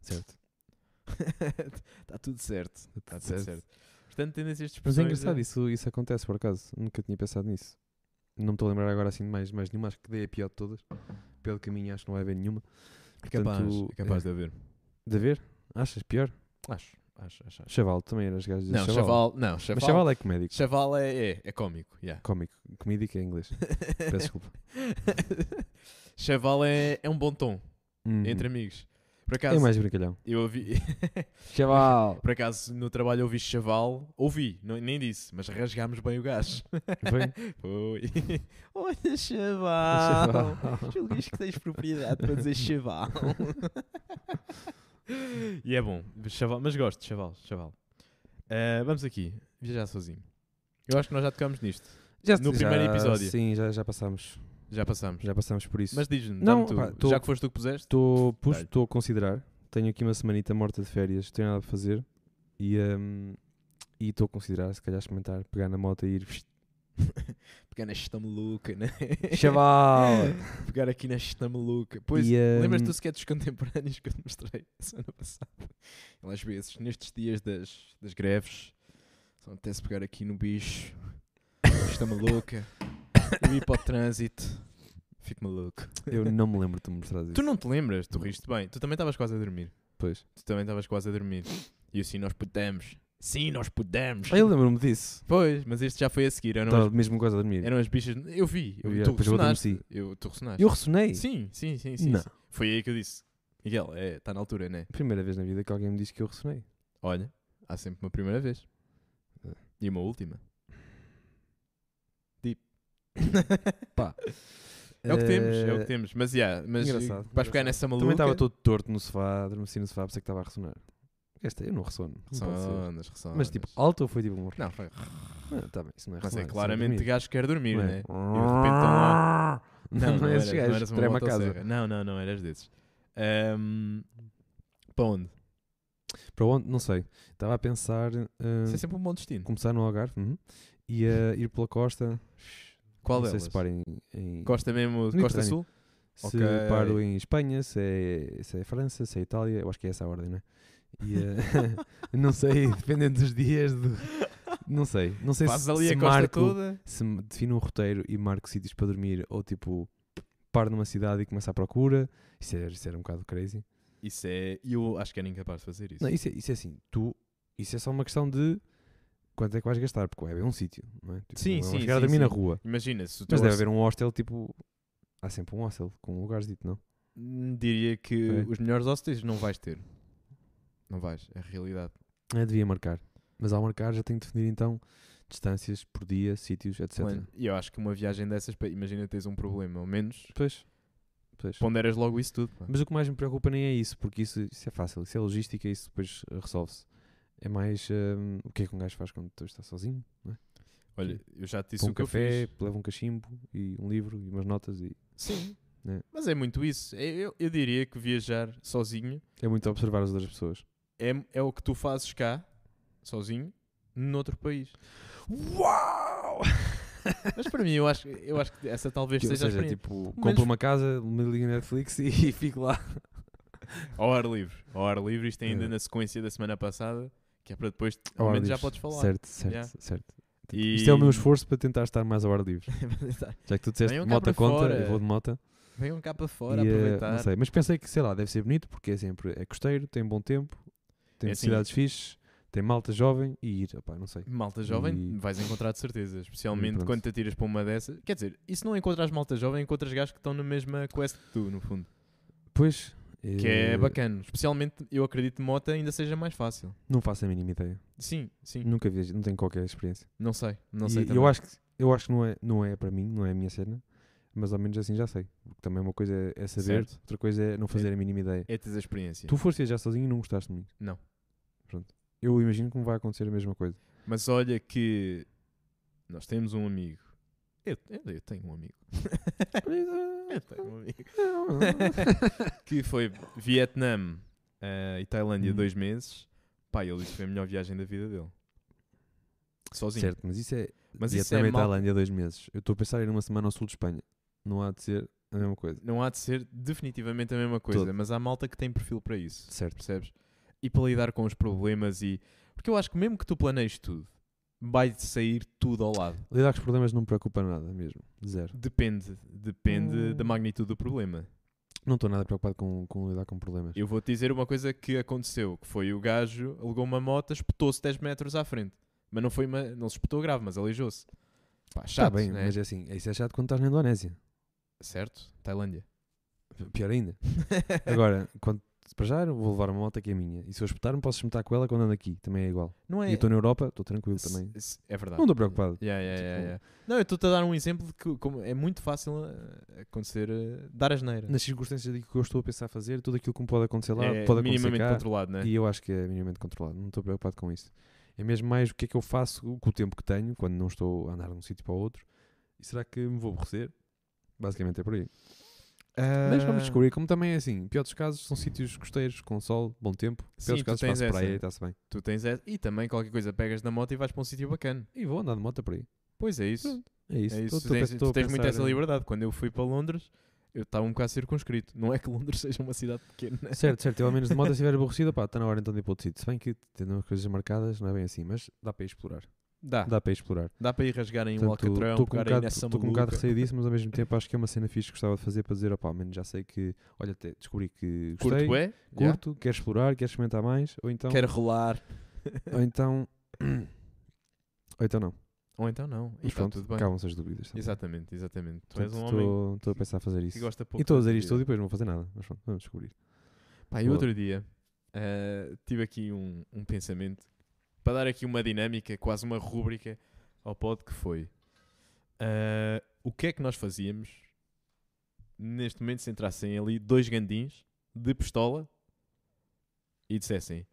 A: Certo.
B: Está Tá tudo certo. Está Tá tudo certo. Portanto, tendências eh, de
A: Mas é
B: expressões,
A: engraçado, isso, isso acontece por acaso. Nunca tinha pensado nisso. Não me estou a lembrar agora assim de mais, mais nenhuma. Acho que dei a pior de todas. Pelo caminho acho que não vai haver nenhuma.
B: É capaz,
A: Portanto,
B: é capaz
A: é.
B: de haver.
A: De haver? Achas pior?
B: Acho, acho, acho. acho.
A: Chaval, também eras gajo de
B: Não,
A: chaval.
B: chaval, não, chaval.
A: Mas chaval é comédico.
B: Chaval é, é, é cómico, yeah.
A: Cómico. Comédico é inglês. Peço desculpa.
B: Chaval é, é um bom tom
A: Uhum.
B: entre amigos. Por
A: É
B: acaso,
A: mais brincalhão.
B: eu ouvi,
A: Chaval!
B: por acaso no trabalho ouvi chaval, ouvi, não- nem disse, mas rasgámos bem o gajo.
A: Foi?
B: Foi. Olha, chaval, julgas que tens propriedade para dizer chaval. e é bom, chaval, mas gosto, de chaval, chaval. Ah, vamos aqui, viajar sozinho. Eu acho que nós já tocámos nisto,
A: Já,
B: No primeiro episódio.
A: Sim, já, já passámos.
B: já passámos.
A: Já passámos por isso.
B: Mas diz-me,
A: Não,
B: dá-me tu,
A: pá, tô-
B: já que foste tu que puseste?
A: Estou
B: Dá-lhe.
A: a considerar. Tenho aqui uma semanita morta de férias, não tenho nada para fazer. E estou a considerar, se calhar, experimentar, pegar na moto e ir.
B: pegar na chita maluca, né?
A: Chaval!
B: pegar aqui na chita maluca. Pois,
A: E, hum,
B: lembras-te do sketch dos contemporâneos que eu te mostrei a semana passada? Ele às vezes, nestes dias das, das greves, só até-se pegar aqui no bicho, chita maluca, eu ir para o trânsito, fico maluco.
A: Eu não me lembro de tu me mostrares
B: Tu
A: isso.
B: não te lembras? Tu riste bem. Tu também estavas quase a dormir.
A: Pois.
B: Tu também estavas quase a dormir. E assim nós pudemos. Sim, nós pudemos.
A: Ah, eu lembro-me disso.
B: Pois, mas este já foi a seguir. Eram,
A: Estava
B: as,
A: mesmo quase a dormir.
B: eram as bichas. Eu vi. Eu,
A: Eu ia-
B: tu
A: depois eu
B: ressonaste.
A: adormeci.
B: Eu, tu ressonaste.
A: Eu ressonei.
B: Sim, sim, sim, sim.
A: Não.
B: sim. Foi aí que eu disse. Miguel, está na altura, né?
A: Primeira vez na vida que alguém me diz que eu ressonei.
B: Olha, há sempre uma primeira vez. E uma última. Deep.
A: Pá.
B: É o que temos, é o
A: Eh,
B: que temos. Mas, yeah, mas
A: engraçado,
B: vais pegar
A: engraçado.
B: nessa maluca.
A: Também estava todo torto no sofá, adormeci no sofá, pensei que estava a ressonar. Esta, eu não ressono. Não pode ser.
B: Ressonas, ressonas.
A: Mas tipo, alto ou foi tipo um.
B: Não, foi.
A: Não, tá bem, isso não é
B: Mas é
A: ressonar, isso
B: claramente
A: dormir.
B: gajo que quer dormir,
A: Não é?
B: né? lá-
A: Não, não, é esses
B: eras, não
A: gajos
B: eras
A: que
B: uma
A: trema a casa.
B: motosserra. Não, não, não, eras desses. Ahm, para onde?
A: Hum. Para onde? Não sei. Estava a pensar. ah,
B: Isso é sempre um bom destino.
A: começar no Algarve uhum, e a ir pela costa.
B: Qual
A: não
B: delas?
A: sei se paro em. em-
B: Costa mesmo, Costa
A: Mediterrâneo.
B: Sul?
A: se
B: ok.
A: paro em Espanha, se é, se é França, se é Itália. Eu acho que é essa a ordem, não é? E, ah, não sei, dependendo dos dias. Do, não sei. Não sei
B: Fazes
A: se,
B: ali
A: se
B: a costa
A: marco.
B: toda.
A: se me defino um roteiro e marco sítios para dormir ou tipo paro numa cidade e começo à procura, isso era, isso era um bocado crazy.
B: Isso é. Eu acho que era incapaz de fazer isso.
A: Não, isso, é, isso é assim, tu, isso é só uma questão de quanto é que vais gastar, porque vai haver um sítio, não é? Tipo,
B: Sim,
A: não vais
B: sim,
A: chegar a
B: sim,
A: dormir na
B: sim.
A: rua,
B: Imagina, se o teu
A: mas deve
B: orça-
A: haver um hostel tipo. Há sempre um hostel com um lugar dito, não?
B: Hum, Diria que
A: Ok.
B: os melhores hóspedes não vais ter. Não vais, é a realidade.
A: Eu devia marcar, mas ao marcar já tenho de definir então distâncias por dia, sítios, etc.
B: Mano, E eu acho que uma viagem dessas, pá, imagina tens um problema, ao menos
A: Pois, pois.
B: ponderas logo isso tudo. pá.
A: Mas o que mais me preocupa nem é isso, porque isso, isso é fácil, isso é logística, isso depois eh, resolve-se. É mais hum, o que é que um gajo faz quando tu está sozinho? Não é?
B: Olha, eu já te disse
A: Põe
B: o
A: um
B: que eu
A: café,
B: fiz.
A: leva um cachimbo e um livro e umas notas e
B: Sim.
A: Né?
B: Mas é muito isso. É- Eu, eu diria que viajar sozinho
A: é muito observar as outras pessoas.
B: é, é o que tu fazes cá, sozinho, noutro país.
A: Uau!
B: Mas para mim, eu acho, eu acho que essa talvez
A: Ou
B: seja, a
A: seja,
B: experiência.
A: tipo,
B: Mas-
A: compro uma casa, me ligo na Netflix e, e fico lá.
B: Ao ar livre. Ao ar livre, isto ainda
A: É.
B: na sequência da semana passada, Que é para depois,
A: Ao
B: ao
A: ar
B: menos já
A: livre.
B: podes falar.
A: Certo, certo,
B: Yeah.
A: certo. Isto é o meu
B: E-
A: esforço para tentar estar mais ao ar livre. Já que tu disseste
B: Venham cá
A: moto
B: para
A: contra,
B: um fora.
A: eu vou de moto.
B: Venham cá para fora
A: e, eh,
B: aproveitar.
A: não sei, mas pensei que, sei lá, deve ser bonito porque é sempre é costeiro, tem bom tempo, tem
B: É assim.
A: cidades fixes, tem malta jovem e ir. Opá, não sei.
B: Malta jovem
A: E-
B: vais encontrar de certeza,
A: E
B: especialmente
A: pronto.
B: quando te atiras para uma dessas. Quer dizer, e se não encontras malta jovem, encontras gajos que estão na mesma quest que tu, no fundo.
A: Pois.
B: Que
A: eh,
B: é bacana. Especialmente, eu acredito que moto ainda seja mais fácil.
A: Não faço a mínima ideia.
B: Sim, sim.
A: Nunca vi, não tenho qualquer experiência.
B: Não sei, não
A: E
B: sei também.
A: eu acho que eu acho que não é, não é para mim, não é a minha cena, mas ao menos assim já sei. Porque também uma coisa é- é saber,
B: Certo.
A: outra coisa é não fazer a mínima ideia.
B: É teres a experiência.
A: Tu foste viajar sozinho e não gostaste muito.
B: Não.
A: Pronto. Eu imagino que me vai acontecer a mesma coisa.
B: Mas olha que nós temos um amigo. Eu, eu- eu tenho um amigo. É, eu tenho um amigo.
A: ah,
B: que foi Vietnã eh, e Tailândia
A: Hum.
B: dois meses. Pá, ele disse que foi a melhor viagem da vida dele. Sozinho.
A: certo, mas isso é.
B: Mas
A: e
B: isso
A: também
B: é mal...
A: Tailândia dois meses. Eu estou a pensar em uma semana ao sul de Espanha. Não há de ser a mesma coisa.
B: Não há de ser definitivamente a mesma coisa,
A: Todo.
B: mas há malta que tem perfil para isso.
A: Certo.
B: Percebes? E para lidar com os problemas e... Porque eu acho que mesmo que tu planeies tudo, vai sair tudo ao lado.
A: Lidar com os problemas não me preocupa nada mesmo. Zero.
B: Depende. Depende
A: Hum.
B: da magnitude do problema.
A: Não estou nada preocupado com, com lidar com problemas.
B: Eu vou-te dizer uma coisa que aconteceu, que foi o gajo alugou uma moto, espetou-se 10 metros à frente. Mas não foi uma, não se espetou grave, mas aleijou-se. Pá,
A: Está
B: chato,
A: bem,
B: né?
A: mas é assim, isso é chato quando estás na Indonésia.
B: Certo? Tailândia.
A: Pior ainda. Agora, quando, para já eu vou levar uma moto que é minha. E se eu espetar-me, posso espetar com ela quando ando aqui. Também é igual.
B: Não é...
A: E eu estou na Europa, estou tranquilo
B: se-
A: também.
B: se- É verdade.
A: Não estou preocupado.
B: Yeah, yeah, yeah,
A: Tipo-
B: yeah. Não, eu estou-te a dar um exemplo de que como é muito fácil eh, acontecer, eh, dar asneira.
A: Nas circunstâncias de que eu estou a pensar fazer, tudo aquilo que me pode acontecer lá,
B: é
A: pode acontecer
B: minimamente
A: cá.
B: controlado, né?
A: E eu acho que é minimamente controlado. Não estou preocupado com isso. É mesmo mais o que é que eu faço com o tempo que tenho, quando não estou a andar de um sítio para o outro. E será que me vou aborrecer? Basicamente é por aí.
B: Ah,
A: Mas vamos descobrir. Como também é assim, pior dos casos, são sítios costeiros, com sol, bom tempo. Pior
B: Sim,
A: dos
B: tu
A: casos,
B: tens
A: faço
B: essa.
A: praia e está-se bem.
B: Tu tens essa- E também qualquer coisa, pegas na moto e vais para um sítio bacana.
A: E vou andar de moto por aí.
B: Pois é isso.
A: Pronto. É isso.
B: É
A: Tô-
B: isso,
A: tô-
B: tu tens,
A: tô
B: tu
A: a
B: tens muito
A: pensar né?
B: essa
A: em-
B: liberdade. Quando eu fui para Londres, eu estava um bocado circunscrito. Não é que Londres seja uma cidade pequena.
A: Certo, certo. Eu, ao menos de moto, se estiver aborrecido, pá, está na hora então de ir para outro sítio. Se bem que tendo as coisas marcadas, não é bem assim, mas dá para ir explorar.
B: Dá, dá,
A: Dá para ir explorar.
B: para ir rasgar em um
A: Portanto,
B: alcatrão,
A: tô com um
B: pegar aí
A: bocado,
B: nessa
A: tô com um bocado de
B: maluca.
A: receio disso, mas ao mesmo tempo acho que é uma cena fixe que gostava de fazer para dizer, opá, ao menos já sei que, olha, até descobri que gostei,
B: Curto é?
A: curto, então. quero explorar, quero experimentar mais, ou então,
B: Quero rolar.
A: ou então, ou então não.
B: Ou então não. E
A: Mas
B: está
A: pronto,
B: tudo bem.
A: acabam-se as dúvidas. também.
B: Exatamente, exatamente. Tu és
A: Portanto,
B: um homem
A: estou- Estou a pensar a fazer
B: que
A: isso.
B: gosta pouco.
A: E estou a
B: da
A: dizer isto tudo e
B: vida.
A: depois não vou fazer nada, mas pronto, vamos descobrir.
B: Pá, e
A: Boa.
B: outro dia ah, tive aqui um, um pensamento para dar aqui uma dinâmica, quase uma rúbrica ao pod que foi ah, o que é que nós fazíamos neste momento se entrassem ali dois gandins de pistola e dissessem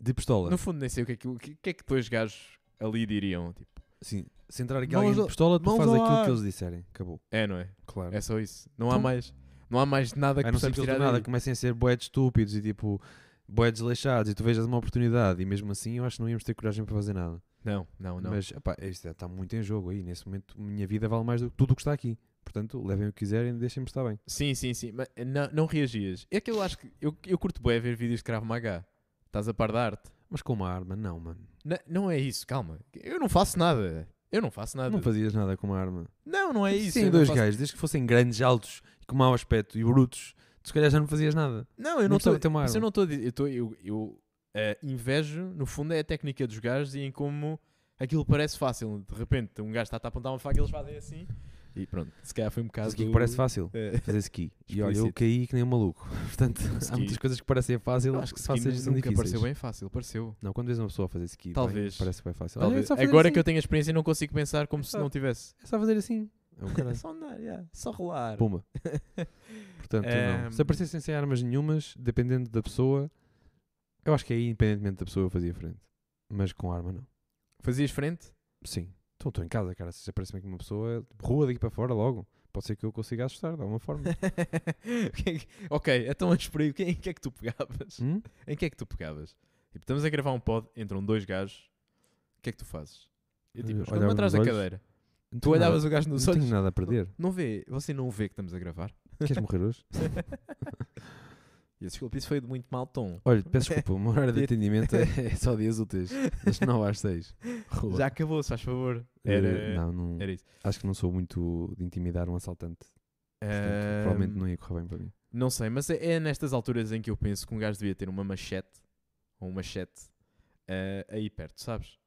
A: De pistola.
B: no fundo nem sei o que é que, o que, o que é que dois gajos ali diriam tipo,
A: Sim, se entrar aqui
B: Mãos
A: alguém de
B: ao-
A: pistola, tu
B: mãos
A: fazes
B: ao
A: aquilo
B: ar.
A: que eles disserem. Acabou.
B: é não é?
A: Claro.
B: É só isso não há
A: Então-
B: mais não há mais nada que
A: a não ser
B: possamos
A: que eles
B: tirar
A: do nada
B: nada
A: comecem a ser boé estúpidos e tipo boé desleixados e tu vejas uma oportunidade e mesmo assim eu acho que não íamos ter coragem para fazer nada.
B: não, não, não
A: Mas epá, isto é, está muito em jogo aí. Nesse momento minha vida vale mais do que tudo o que está aqui. Portanto, levem o que quiserem, deixem-me estar bem.
B: Sim, sim, sim. Mas eh, não, não reagias. É que eu acho que. Eu, eu curto bem ver vídeos de Krav Maga. Estás a par da arte?
A: Mas com uma arma, não, mano.
B: N- não é isso, calma. Eu não faço nada. Eu não faço nada.
A: Não fazias nada com uma arma.
B: Não, não é isso.
A: Sim,
B: eu
A: dois
B: não faço-
A: gajos, desde que fossem grandes, altos e com mau aspecto e brutos, tu se calhar já não fazias nada.
B: Não,
A: Não
B: eu não
A: precisava
B: estou.
A: ter uma
B: Mas eu
A: arma.
B: não estou a dizer. Eu, tô- eu, eu, eh, invejo, no fundo, é a técnica dos gajos e em como aquilo parece fácil. De repente, um gajo está a apontar uma faca e eles fazem assim. E pronto, se calhar foi um bocado.
A: Mas aqui que parece fácil.
B: Eh,
A: Fazer ski. E olha, eu
B: Explícito.
A: caí que nem um maluco. Portanto, há
B: Ski.
A: muitas coisas que parecem fácil,
B: eu acho que ski
A: fáceis e
B: nunca
A: são difíceis.
B: pareceu bem fácil, pareceu.
A: Não, quando vês uma pessoa a fazer ski, bem,
B: Talvez.
A: parece bem fácil.
B: Talvez.
A: Olha, é só fazer
B: Agora
A: assim.
B: que eu tenho a experiência, não consigo pensar como se
A: Ah.
B: não tivesse.
A: É só fazer assim. É um caralho.
B: só andar, yeah. só rolar.
A: Puma. Portanto, não. Se
B: Ehm.
A: aparecessem sem armas nenhumas, dependendo da pessoa, eu acho que aí, independentemente da pessoa, eu fazia frente. Mas com arma, não.
B: Fazias frente?
A: Sim. Então estou em casa, cara. Se aparece-me aqui uma pessoa, rua daqui para fora logo. Pode ser que eu consiga assustar de alguma forma.
B: Quem é que- ok, então mas por aí, quem, em que é que tu pegavas?
A: Hum?
B: Em que é que tu pegavas? Tipo, estamos a gravar um pod, entram dois gajos, o que é que tu fazes? Eu tipo,
A: Eu
B: escondo-me
A: Eh, olhava
B: atrás da
A: nos olhos.
B: cadeira.
A: Não
B: Tu
A: tenho nada-
B: olhavas o gajo nos
A: Não
B: olhos.
A: tenho nada a perder.
B: Não vê, você não vê que estamos a gravar.
A: Queres morrer hoje?
B: E esse Filipice foi de muito mau tom.
A: Olha, peço desculpa, uma hora de atendimento é, é só dias úteis. Das 9 às 6. Rua.
B: Já acabou, se faz favor.
A: Eh,
B: Era,
A: não, não-
B: era isso.
A: acho que não sou muito de intimidar um assaltante.
B: eh,
A: Portanto,
B: Ahm,
A: provavelmente não ia correr bem para mim.
B: Não sei, mas é, é nestas alturas em que eu penso que um gajo devia ter uma machete ou um machete eh, aí perto, sabes?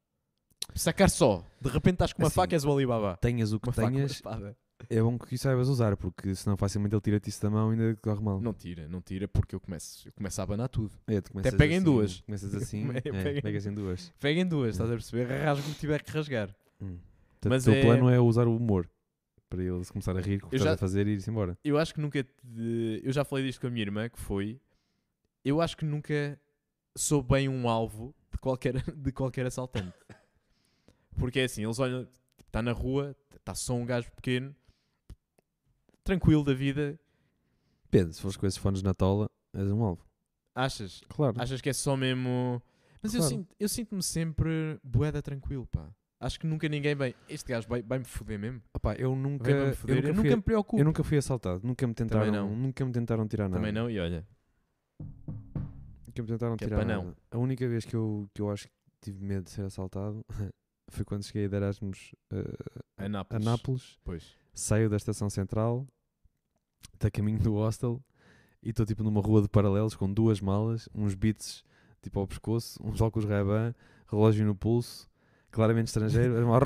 B: Sacar só. De repente estás com uma
A: Assim,
B: faca, és o Alibaba.
A: Tenhas o que
B: Uma faca, uma
A: tenhas,
B: espada.
A: é bom que saibas usar, porque senão facilmente ele tira-te isso da mão e ainda corre mal.
B: Não tira, não tira, porque eu começo, eu começo a abanar tudo.
A: É, tu começas
B: pega em
A: assim,
B: duas.
A: Começas assim,
B: Pega-
A: é,
B: pega em
A: pegas em duas.
B: Peguem duas, estás a perceber? Rasgo o que tiver que rasgar.
A: Hum. Portanto,
B: Mas
A: o teu
B: é-
A: plano é usar o humor para ele se começar a rir com o que
B: Eu
A: estás
B: já-
A: a fazer e ir-se embora.
B: Eu acho que nunca. te- Eu já falei disto com a minha irmã, que foi. Eu acho que nunca sou bem um alvo de qualquer, de qualquer assaltante. Porque é assim, eles olham. Está na rua, está só um gajo pequeno, tranquilo da vida.
A: Depende, se fores com esses fones na tola, és um alvo.
B: Achas?
A: Claro.
B: Achas que é só mesmo. Mas eu
A: Claro.
B: sinto- eu sinto-me sempre boeda tranquilo, pá. Acho que nunca ninguém bem. Este gajo vai- vai-me foder mesmo.
A: Opá, eu nunca,
B: Vai-me
A: Eh, eu
B: foder.
A: nunca
B: Eu
A: fui-
B: nunca me preocupo.
A: eu nunca fui assaltado, nunca me tentaram,
B: não.
A: nunca me tentaram tirar nada.
B: Também não, e olha.
A: Que me tentaram
B: Que é
A: tirar
B: para
A: nada.
B: não.
A: A única vez que eu, que eu acho que tive medo de ser assaltado foi quando cheguei de Erasmus eh, a
B: Anápolis.
A: Nápoles,
B: Pois.
A: saio da estação central, da caminho do hostel e estou tipo numa rua de paralelos com duas malas, uns beats tipo ao pescoço, uns óculos Ray-Ban, relógio no pulso, claramente estrangeiro,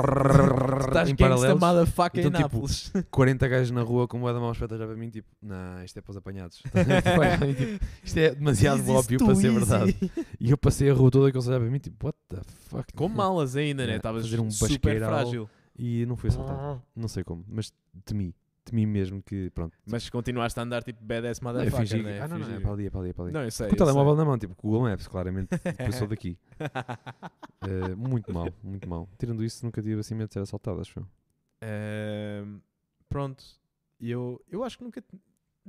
B: Estás
A: em
B: gangsta
A: paralelos,
B: motherfucker
A: Então,
B: em
A: tipo,
B: Nápoles.
A: 40 gajos na rua com uma da mão espeta já para mim, tipo, não, isto é para os apanhados. E, tipo, isto é demasiado
B: Easy
A: óbvio para ser
B: too um easy.
A: verdade. E eu passei a rua toda que eles olhavam para mim, tipo, what the fuck?
B: Com malas ainda, né?
A: Yeah,
B: Estavas
A: fazer um
B: super
A: basqueiral.
B: frágil.
A: E não fui assaltado. Não sei como, mas temi. Temi mesmo que, pronto.
B: Mas continuaste a andar tipo badass
A: Não, eu fingi.
B: motherfucker, né?
A: Ah, não, não, é
B: Fingir.
A: para ali, é para ali, é para ali.
B: Não, eu sei.
A: Com o
B: eu sei.
A: telemóvel na mão, tipo, com o Google Maps, claramente, eu sou daqui. Eh, muito mal, muito mal. Tirando isso, nunca tive assim medo de ser assaltado, acho eu.
B: Ahm, pronto. E Eu, eu acho que nunca...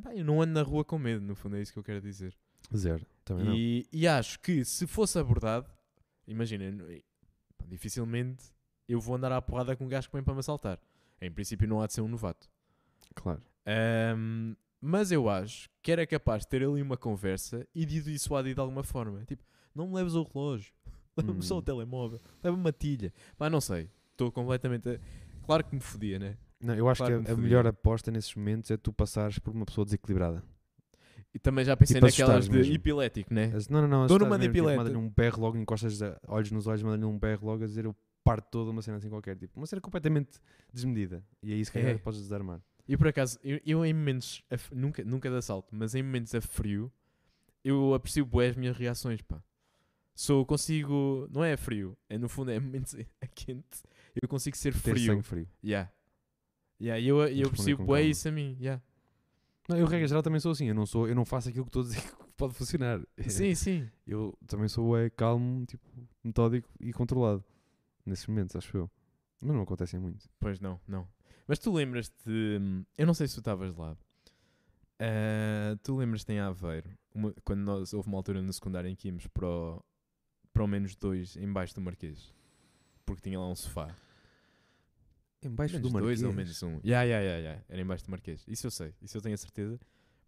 B: Pá, eu não ando na rua com medo, no fundo, é isso que eu quero dizer.
A: Zero, também não.
B: E, e acho que se fosse abordado, imagina, eu não- pá, dificilmente eu vou andar à porrada com um gajo que vem para me assaltar. Em princípio não há de ser um novato.
A: Claro.
B: Ahm, mas eu acho que era capaz de ter ali uma conversa e de dissuadir de alguma forma. Tipo, não me leves o relógio, leva-me só
A: Hum.
B: o telemóvel, leva-me uma tilha. Mas não sei, estou completamente. a- Claro que me fodia, né?
A: Não, eu acho
B: Claro que
A: que
B: me
A: a, a
B: fodia.
A: melhor aposta nesses momentos é tu passares por uma pessoa desequilibrada.
B: E também já pensei
A: Tipo,
B: naquelas
A: assustares
B: de
A: mesmo.
B: epilético, né?
A: As- Não, não, não. as
B: Dou
A: estás
B: numa
A: mesmo,
B: dipileta.
A: Tipo, manda-lhe um berro logo, encostas a- olhos nos olhos, manda-lhe um berro logo a dizer eu parto toda uma cena assim qualquer. Tipo, uma cena completamente desmedida. E é isso que
B: É.
A: é. podes desarmar.
B: E por acaso, eu, eu em momentos. a f- nunca, nunca de assalto, mas em momentos a frio, eu aprecio bué as minhas reações, pá. Sou, consigo. Não é a frio, é no fundo é momentos a quente. Eu consigo ser
A: Ter
B: frio.
A: sangue frio.
B: Yeah. Yeah, e eu, eu
A: Responder
B: percebo
A: com
B: bué
A: calma.
B: isso a mim. Yeah.
A: Não, eu, regra geral, também sou assim. Eu não, sou, eu não faço aquilo que estou a dizer que pode funcionar.
B: Sim, sim.
A: Eu também sou é, calmo, tipo, metódico e controlado. Nesses momentos, acho eu. Mas não acontecem muito.
B: Pois não, não. Mas tu lembras-te. hum, Eu não sei se tu estavas lá. Ah, tu lembras-te em Aveiro, uma- quando nós houve uma altura no secundário em que íamos para o, para o menos dois embaixo do Marquês. Porque tinha lá um sofá.
A: Embaixo
B: menos dois ou menos um. Yeah, yeah, yeah, yeah. Era embaixo do Marquês. Isso eu sei, isso eu tenho a certeza,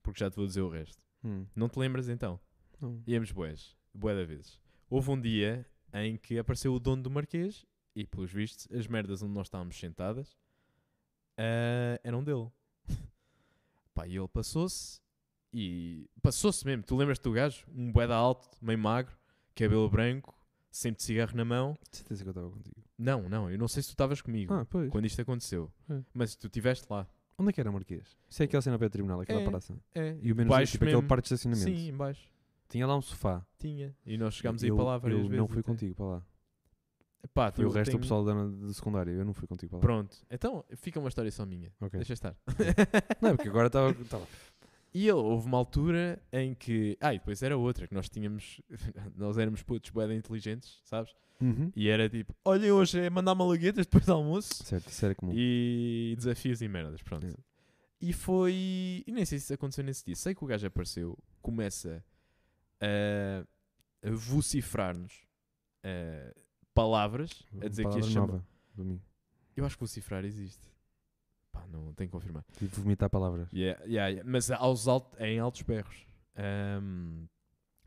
B: porque já te vou dizer o resto.
A: Hum,
B: Não te lembras então?
A: não.
B: Íamos boés, bué da vezes. Houve um dia em que apareceu o dono do Marquês e, pelos vistos, as merdas onde nós estávamos sentadas ah, eram dele. Pá, e ele passou-se e... Passou-se mesmo. Tu lembras-te do gajo? Um bué da alto, meio magro, cabelo branco, sempre de cigarro na mão.
A: De certeza que eu estava contigo.
B: Não, não, eu não sei se tu estavas comigo
A: Ah, pois.
B: quando isto aconteceu.
A: É.
B: Mas tu estiveste lá.
A: Onde é que era o Marquês? Isso é aquela cena ao pé do tribunal, aquela
B: É.
A: praça.
B: É,
A: E o menos dois, tipo, aquele
B: mesmo.
A: parque de estacionamento.
B: Sim, em baixo.
A: Tinha lá um sofá.
B: Tinha. E nós chegámos
A: eu,
B: aí para lá várias
A: eu
B: vezes.
A: não fui
B: até.
A: contigo para lá.
B: Pá,
A: Foi
B: tu
A: o resto
B: tenho-
A: do pessoal da, do secundário. Eu não fui contigo para lá.
B: Pronto, então fica uma história só minha.
A: Ok.
B: Deixa estar.
A: Não, é porque agora estava. tava-
B: E ele, houve uma altura em que. Ah, e depois era outra, que nós tínhamos. Nós éramos putos boeda inteligentes, sabes?
A: Uhum.
B: E era tipo, olhem hoje é mandar malaguetas depois do almoço
A: Certo, isso era comum.
B: e desafios e merdas, pronto.
A: Hum. Yeah.
B: E foi. E nem sei se isso aconteceu nesse dia. Sei que o gajo apareceu, começa a, a vocifrar-nos ah, palavras, a dizer que
A: Palavra
B: ia chamar.
A: nova para mim.
B: Eu acho que vocifrar existe. Pá, não tenho que confirmar.
A: Tive de Tipo, vomitar palavras.
B: Yeah, yeah, yeah. Mas aos alt- em altos berros. ahm,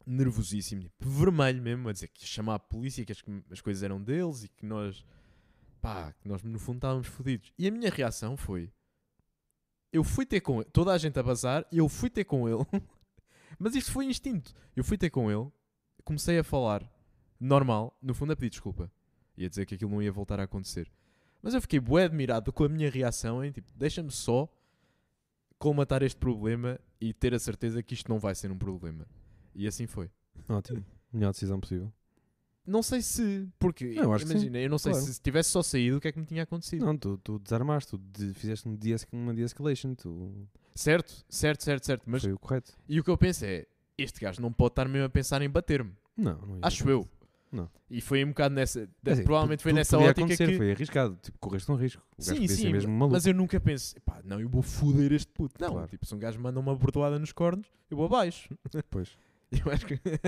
B: nervosíssimo, tipo, vermelho mesmo, a dizer que ia chamar a polícia, que as, as coisas eram deles e que nós, pá, que nós no fundo estávamos fodidos. E a minha reação foi: eu fui ter com ele, toda a gente a bazar, eu fui ter com ele, mas isto foi instinto. Eu fui ter com ele, comecei a falar normal, no fundo a pedir desculpa e a dizer que aquilo não ia voltar a acontecer. Mas eu fiquei bué admirado com a minha reação em tipo, deixa-me só colmatar este problema e ter a certeza que isto não vai ser um problema. E assim foi.
A: Ótimo. Melhor decisão possível.
B: Não sei se, porque
A: Não, eu acho que
B: imagina, eu não sei
A: claro.
B: se tivesse só saído o que é que me tinha acontecido.
A: Não, tu, tu desarmaste, tu de- fizeste um de uma de-escalation, tu
B: Certo, certo, certo, certo. Mas
A: foi o correto.
B: e o que eu penso é, este gajo não pode estar mesmo a pensar em bater-me.
A: Não, não ia.
B: Acho eu.
A: Não.
B: E foi um bocado nessa.
A: Quer dizer,
B: provavelmente
A: tu-
B: foi
A: tudo
B: nessa
A: podia
B: ótica
A: acontecer,
B: que.
A: Foi arriscado, tipo, correste um risco. O gajo
B: Sim,
A: podia ser
B: sim,
A: mesmo maluco.
B: mas eu nunca penso, pá, não, eu vou foder este puto. Não,
A: Claro.
B: tipo, se um gajo manda uma bordoada nos cornos, eu vou abaixo.
A: Pois,
B: Eu acho que.
A: pois.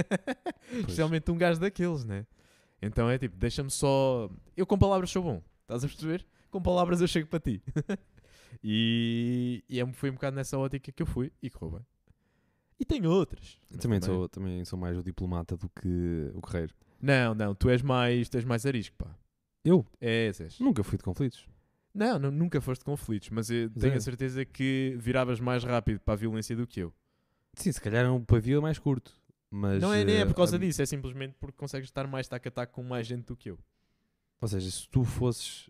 B: Especialmente um gajo daqueles, né? Então é tipo, deixa-me só. Eu com palavras sou bom, estás a perceber? Com palavras eu chego para ti. e e é, foi um bocado nessa ótica que eu fui e correu bem. E tenho outras. mas
A: Também, Sou, também sou mais o diplomata do que o guerreiro.
B: Não, não, tu és mais, tu és mais arisco, pá. É,
A: Eu?
B: És, és.
A: Nunca fui de conflitos.
B: Não, não, nunca foste conflitos, mas eu tenho a
A: Zero.
B: certeza que viravas mais rápido para a violência do que eu.
A: Sim, se calhar um pavio é mais curto. Mas,
B: não é nem é por
A: eh,
B: causa
A: a-
B: disso, é simplesmente porque consegues estar mais tac a tac com mais gente do que eu.
A: Ou seja, se tu fosses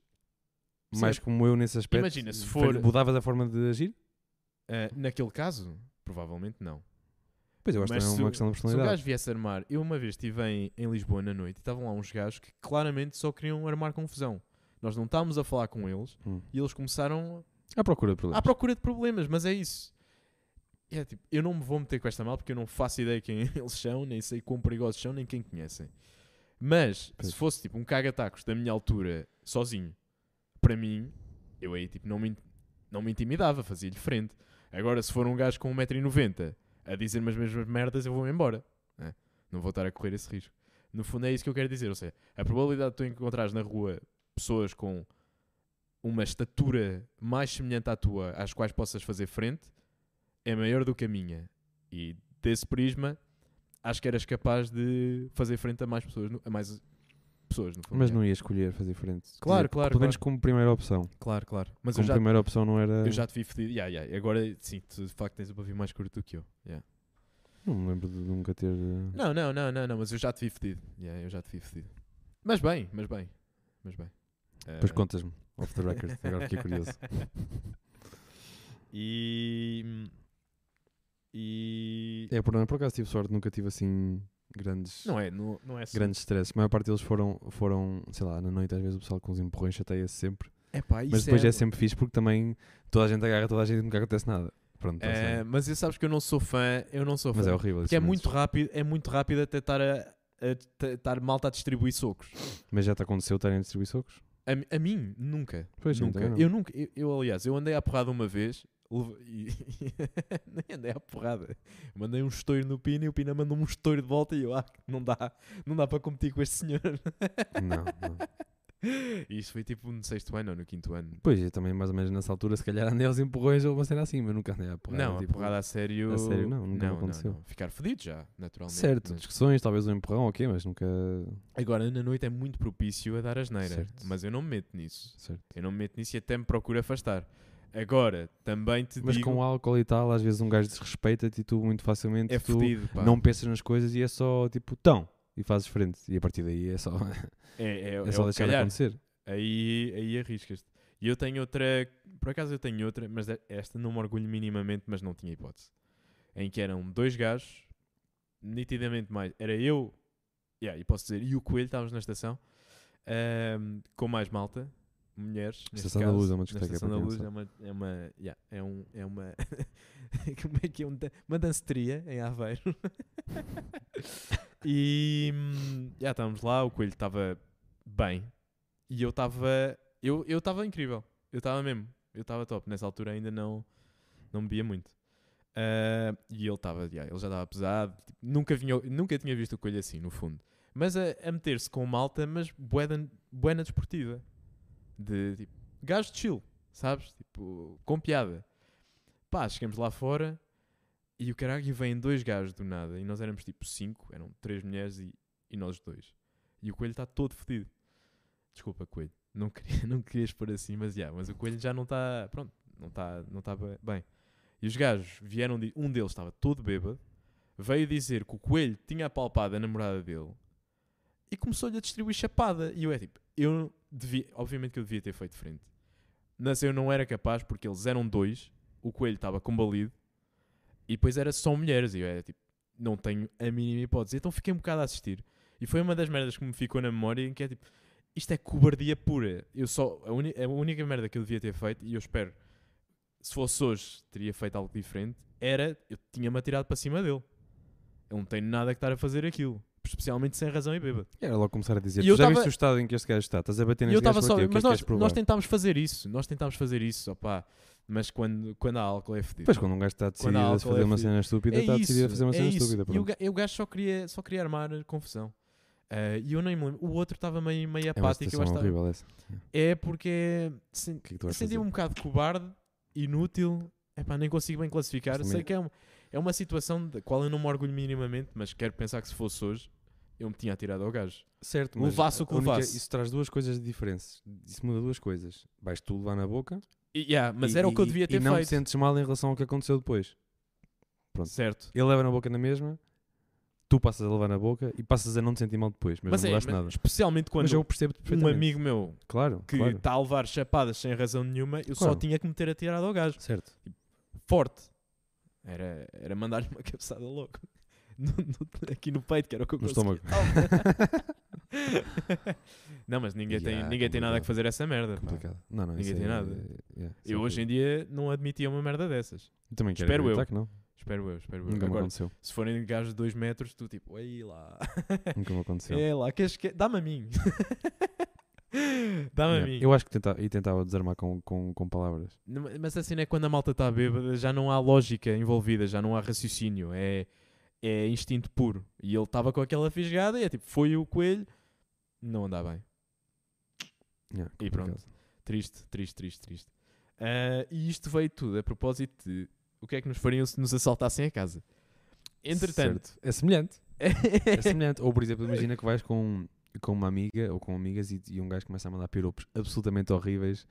B: Sim.
A: mais como eu nesse aspecto,
B: Imagina, se
A: foi-
B: for-
A: mudavas a forma de agir?
B: Ah, naquele caso, provavelmente não.
A: Pois eu acho que
B: Mas
A: também
B: se
A: é uma
B: o-
A: questão de
B: Se o
A: personalidade.
B: gajo viesse armar, eu uma vez estive em, em Lisboa na noite e estavam lá uns gajos que claramente só queriam armar confusão. Nós não estávamos a falar com eles
A: Hum.
B: e eles começaram
A: À procura de
B: à
A: problemas.
B: procura de problemas, mas é isso. É tipo, eu não me vou meter com esta mal porque eu não faço ideia quem eles são, nem sei quão perigosos são, nem quem conhecem. Mas
A: Pois.
B: se fosse tipo um caga-tacos da minha altura, sozinho, para mim, eu aí tipo não me, in- não me intimidava, fazia-lhe frente. Agora, se for um gajo com 1,90m a dizer-me as mesmas merdas, eu vou-me embora. né? Não vou estar a correr esse risco. No fundo, é isso que eu quero dizer. Ou seja, a probabilidade de tu encontrares na rua pessoas com uma estatura mais semelhante à tua, às quais possas fazer frente, é maior do que a minha. E desse prisma, acho que eras capaz de fazer frente a mais pessoas, no- a mais pessoas, no fundo.
A: Mas
B: é.
A: não ia escolher fazer frente. Quer
B: Claro,
A: dizer,
B: claro,
A: Pelo menos como primeira opção.
B: Claro, claro. Mas
A: como
B: eu já,
A: primeira opção não era.
B: eu já te vi fedido. Yeah, yeah. Agora, sim, tu de facto tens o pavio mais curto do que eu. Yeah.
A: Não me lembro de nunca ter. eh,
B: Não, não, não, não, não, mas eu já te vi fedido. Yeah, eu já te vi fedido. Mas bem, mas bem. Mas bem.
A: Depois
B: Ah,
A: contas-me, off the record. Agora fiquei curioso.
B: E. E.
A: É, por, não, por acaso tive sorte, nunca tive assim grandes,
B: Não é, não, não é só.
A: grandes stresses. A maior parte deles foram, foram, sei lá, na noite às vezes o pessoal com os empurrões chateia-se sempre.
B: Epá, isso
A: Mas depois é, sempre fixe porque também toda a gente agarra toda a gente e nunca acontece nada. Pronto, tá
B: É,
A: certo.
B: mas eu sabes que eu não sou fã, eu não sou fã.
A: mas é horrível.
B: porque é
A: esses
B: muito
A: momentos.
B: rápido, é muito rápido até estar a, a t- estar malta a distribuir socos.
A: Mas já te aconteceu estarem a distribuir socos?
B: A, mi- a mim, nunca.
A: Pois,
B: nunca.
A: então não.
B: Eu nunca, eu, eu, aliás, eu andei à porrada uma vez leve- e nem andei à porrada. Mandei um estouro no Pina e o Pina mandou-me um estouro de volta e eu, ah, não dá, não dá para competir com este senhor.
A: Não, não.
B: E isto foi tipo no sexto ano ou no quinto ano.
A: Pois, eu também mais ou menos nessa altura, se calhar andei aos empurrões ou uma cena assim, mas nunca andei à porrada.
B: não,
A: tipo,
B: a porrada é a sério.
A: a sério, não, nunca me
B: não,
A: aconteceu.
B: não. Ficar fedido já, naturalmente.
A: Certo,
B: mas-
A: discussões, talvez um empurrão, ok, mas nunca.
B: Agora, na noite é muito propício a dar asneira,
A: Certo.
B: mas eu não me meto nisso.
A: Certo.
B: Eu não me meto nisso e até me procuro afastar. Agora, também te
A: Mas
B: digo,
A: com álcool e tal, às vezes um gajo desrespeita-te e tu muito facilmente
B: é
A: tu
B: fedido, pá.
A: não pensas nas coisas e é só tipo tão e fazes frente. E a partir daí é só,
B: é, é,
A: é
B: é
A: só
B: o
A: deixar
B: calhar.
A: acontecer.
B: Aí, aí arriscas-te. E eu tenho outra, por acaso eu tenho outra, mas de- esta não me orgulho minimamente, mas não tinha hipótese. Em que eram dois gajos, nitidamente mais, era eu, yeah, e posso dizer, e o Coelho, estávamos na estação, ahm, com mais malta, mulheres. neste
A: Estação da Luz é uma
B: na
A: discoteca,
B: Estação da
A: para quem não
B: Luz é uma, é uma, yeah, é um, é uma, como é que é, um dan- uma danceteria em Aveiro. E hum, já estávamos lá, o coelho estava bem e eu estava. Eu eu estava incrível. Eu estava mesmo. Eu estava top. Nessa altura ainda não, não bebia muito. Ah, e ele estava, já, ele já estava pesado. Tipo, nunca, vinha, nunca tinha visto o coelho assim, no fundo. Mas a, a meter-se com malta, mas buena, buena desportiva. De tipo, gajo de chill, sabes? Tipo, com piada. Pá, chegamos lá fora. E o caralho, e vêm dois gajos do nada. E nós éramos tipo cinco, eram três mulheres e, e nós dois. E o coelho está todo fedido. Desculpa, coelho. Não queria, não querias pôr assim, mas, yeah, mas o coelho já não está. Pronto, não está não tá ba- bem. E os gajos vieram. de- Um deles estava todo bêbado. Veio dizer que o coelho tinha apalpado a namorada dele e começou-lhe a distribuir chapada. E eu é tipo, eu devia. Obviamente que eu devia ter feito frente. Mas eu não era capaz porque eles eram dois. O coelho estava combalido. E depois era só mulheres. E eu era tipo, não tenho a mínima hipótese. Então fiquei um bocado a assistir. E foi uma das merdas que me ficou na memória em que é tipo, isto é cobardia pura. Eu só, a, uni- a única merda que eu devia ter feito, e eu espero, se fosse hoje, teria feito algo diferente, era, eu tinha-me atirado para cima dele. Eu não tenho nada que estar a fazer aquilo. Especialmente sem razão e bêbado.
A: Era logo começar a dizer,
B: E
A: tu
B: eu
A: já
B: tava-
A: viste o estado em que este gajo está, estás a bater
B: E
A: neste
B: eu estava
A: gajo
B: só.
A: por ti, o que é
B: Mas
A: que
B: nós,
A: queres
B: nós
A: provar?
B: tentámos fazer isso. Nós tentámos fazer isso, opá. Mas quando, quando há álcool é fedido.
A: Depois quando um gajo está decidido
B: há
A: a
B: álcool é
A: fazer uma
B: fedido.
A: cena estúpida, está decidido tá a fazer uma
B: é
A: cena
B: isso.
A: estúpida.
B: E o,
A: pronto.
B: ga- e o gajo só queria, só queria armar confusão. Ah, e eu nem me lembro. O outro estava meio, meio
A: É uma
B: apático. eu
A: situação
B: acho que tava-
A: horrível essa.
B: é porque sen-
A: O que é que tu vais fazer?
B: senti-me um bocado cobarde, inútil. Epá, nem consigo bem classificar.
A: Mas também-
B: Sei que é, um- é uma situação da qual eu não me orgulho minimamente, mas quero pensar que se fosse hoje, eu me tinha atirado ao gajo.
A: Certo, mas
B: Levasse o
A: a
B: que levasse.
A: Isso traz duas coisas de diferença. Isso muda duas coisas. Vais tu levar na boca,
B: E, yeah, mas
A: e-
B: era o que eu
A: e-
B: devia ter
A: E não te
B: feito.
A: sentes mal em relação ao que aconteceu depois. Pronto.
B: Certo.
A: Ele leva na boca na mesma, tu passas a levar na boca e passas a não te sentir mal depois, mas,
B: Mas,
A: não
B: é,
A: mudaste
B: mas
A: nada.
B: especialmente quando
A: Mas eu percebo-te
B: um
A: perfeitamente.
B: amigo meu
A: Claro,
B: que
A: claro.
B: está a levar chapadas sem razão nenhuma, eu só
A: Claro.
B: tinha que me ter atirado ao gajo.
A: Certo.
B: forte. Era, era mandar-lhe uma cabeçada logo. No- no- aqui no peito, que era o que eu
A: No
B: conseguia.
A: estômago.
B: Tal. não, mas ninguém, tem,
A: Yeah,
B: ninguém tem nada
A: complicado.
B: que fazer essa merda. pá.
A: É Complicado. Não, não,
B: Ninguém
A: isso
B: tem
A: é-
B: nada.
A: é- é, isso é
B: Eu hoje em dia não admitia uma merda dessas.
A: Eu também quero
B: Espero eu.
A: acreditar que não.
B: Espero eu, espero eu.
A: Nunca me
B: Agora,
A: aconteceu.
B: se forem gajos de 2 metros, tu tipo, ei lá.
A: Nunca me aconteceu.
B: é lá, queres que... dá-me a mim. dá-me a
A: Yeah.
B: mim.
A: Eu acho que tentava, e tentava desarmar com, com, com palavras.
B: Não, Mas assim é quando a malta está bêbada, já não há lógica envolvida, já não há raciocínio, é, é instinto puro. E ele estava com aquela fisgada e é tipo, foi o coelho, não anda bem.
A: Yeah,
B: E pronto.
A: complicado.
B: Triste, triste, triste, triste. Ah, e isto veio tudo a propósito de o que é que nos fariam se nos assaltassem a casa. Entretanto,
A: Certo. É semelhante. É semelhante. ou, por exemplo, imagina que vais com, com uma amiga ou com amigas e, e um gajo começa a mandar piropos absolutamente horríveis,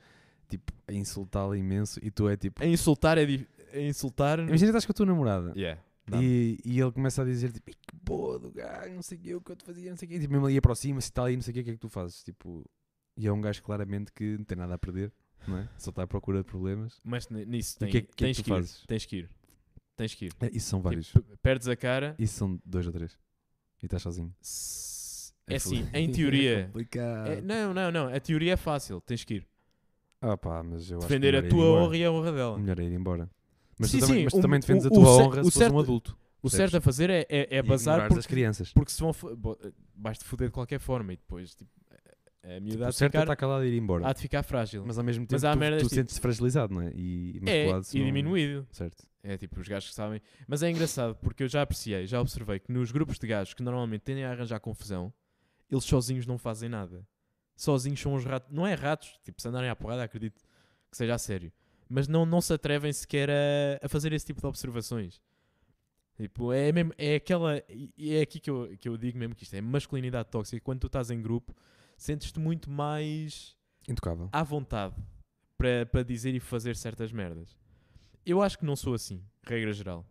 A: tipo, a insultá-la imenso e tu é tipo.
B: a insultar é dif- a insultar.
A: Imagina que estás com a tua namorada
B: Yeah, dá-me.
A: e, e ele começa a dizer tipo, "Ih, que boa do gajo, não sei o que, o que eu te fazia, não sei o que. E tipo, mesmo ali aproxima-se e tal, e não sei o que, o que é que tu fazes? Tipo, e é um gajo claramente que não tem nada a perder, não é? Só está à procura de problemas.
B: Mas n- nisso
A: E
B: tem,
A: que é- que é que
B: tens
A: tu
B: que ir,
A: fazes?
B: tens que ir. Tens que ir.
A: É, isso são vários.
B: Tipo, p- perdes a cara.
A: Isso são dois ou três. E estás sozinho.
B: se- É assim, em teoria, É, não, não, não. A teoria é fácil. Tens que ir.
A: Ah pá, mas eu acho que
B: Defender a
A: melhor é ir
B: tua
A: embora.
B: honra e a honra dela.
A: Melhor é ir embora. Mas
B: Sim,
A: tu, também,
B: sim,
A: mas
B: o-
A: tu também defendes
B: o-
A: a tua
B: o cer-
A: honra
B: o
A: se fores
B: certo-
A: um adulto.
B: O
A: Percebes?
B: certo a fazer é, é, é
A: E
B: bazar
A: ignorares
B: porque,
A: as crianças.
B: porque se vão. fo- bo- Vais-te foder de qualquer forma e depois tipo, a a
A: Tipo,
B: miúda
A: o certo é
B: há, de
A: estar
B: ficar,
A: calado e ir embora.
B: há de ficar frágil.
A: Mas ao mesmo tempo
B: Mas há merdas
A: tu, tu
B: tipo-
A: sentes-te fragilizado, não é? E, mas
B: é,
A: colado, se
B: e
A: não-
B: diminuído.
A: Certo.
B: É tipo os gajos que sabem. Mas é engraçado porque eu já apreciei, já observei que nos grupos de gajos que normalmente tendem a arranjar confusão, eles sozinhos não fazem nada. Sozinhos são uns ratos. Não é ratos, tipo, se andarem à porrada, acredito que seja a sério. Mas não, não se atrevem sequer a, a fazer esse tipo de observações. Tipo, é mesmo, é aquela. e- e É aqui que eu, que eu digo mesmo que isto é masculinidade tóxica. Quando tu estás em grupo, sentes-te muito mais
A: Intocável.
B: à vontade para para dizer e fazer certas merdas. Eu acho que não sou assim, regra geral.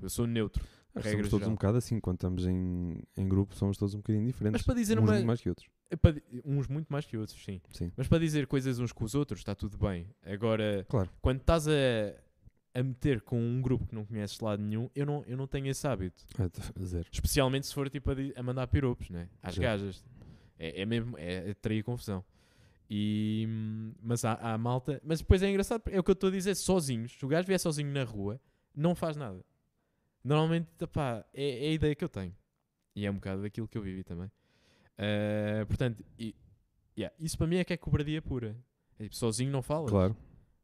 B: Eu sou neutro.
A: Acho que
B: regra
A: somos todos
B: geral.
A: um bocado assim. Quando estamos em, em grupo, somos todos um bocadinho diferentes.
B: Mas para dizer
A: Uns
B: uma. eh,
A: muito mais que outros.
B: para di- uns muito mais que outros, sim.
A: Sim.
B: Mas para dizer coisas uns com os outros, está tudo bem. Agora,
A: Claro.
B: quando estás a, a meter com um grupo que não conheces de lado nenhum, eu não, eu não tenho esse hábito.
A: Ah, tá- Zero.
B: Especialmente se for tipo a, di- a mandar piropos, né? Às
A: Sim.
B: gajas. É, é mesmo, é atrair confusão. E, hum, mas há, há malta. Mas depois é engraçado, porque é o que eu estou a dizer, sozinhos. Se o gajo vier sozinho na rua, não faz nada. Normalmente, pá, é, é a ideia que eu tenho. E é um bocado daquilo que eu vivi também. Ah, portanto, e- yeah, isso para mim é que é cobardia pura. É tipo, sozinho não falas.
A: Claro.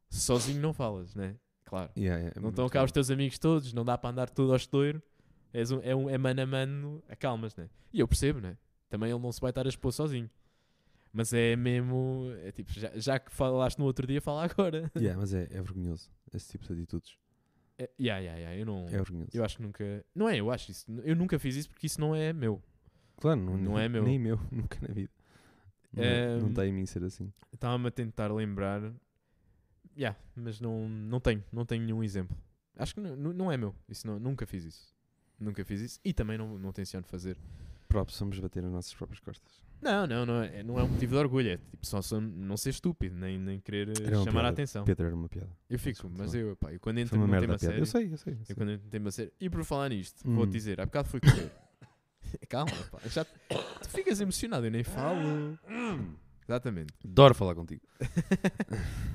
B: Sozinho não falas, né? Claro.
A: Yeah, yeah, é
B: Não
A: muito
B: estão cá os
A: claro.
B: teus amigos todos, não dá para andar tudo ao estouro. És um, é, um, é mano a mano, acalmas, né? E eu percebo, né? Também ele não se vai estar a expor sozinho. Mas é mesmo, é tipo, já, já que falaste no outro dia, fala agora.
A: Yeah, mas é, é vergonhoso esse tipo de atitudes.
B: É, yeah, yeah, yeah, eu não.
A: É vergonhoso.
B: Eu acho que nunca. Não é, eu acho isso. Eu nunca fiz isso porque isso não é meu.
A: Claro, não,
B: não
A: nem-
B: é meu.
A: Nem meu, nunca na vida. Não
B: Ehm,
A: está em mim ser assim.
B: Estava-me a tentar lembrar. Yeah, mas não, não tenho, não tenho nenhum exemplo. Acho que nu- nu- não, é meu. Isso não- nunca fiz isso. Nunca fiz isso e também não, não tenciono fazer.
A: Próprios somos bater as nossas próprias costas.
B: Não, não, não é, não é um motivo de orgulho. É tipo só só não ser estúpido, nem, nem querer eh,
A: Era uma
B: chamar a
A: piada.
B: atenção.
A: Pedro era uma piada.
B: Eu fico, mas
A: Foi
B: eu, pá, eu quando
A: Foi
B: entro
A: uma
B: numa
A: merda
B: tema
A: a piada.
B: sério.
A: Eu sei, eu sei. eu sei.
B: Eu quando entro num tema sério. E por falar nisto,
A: Hum.
B: vou-te dizer, há bocado fui correr. Calma, pá. eu Já, tu ficas emocionado, eu nem falo. Exatamente.
A: Adoro falar contigo.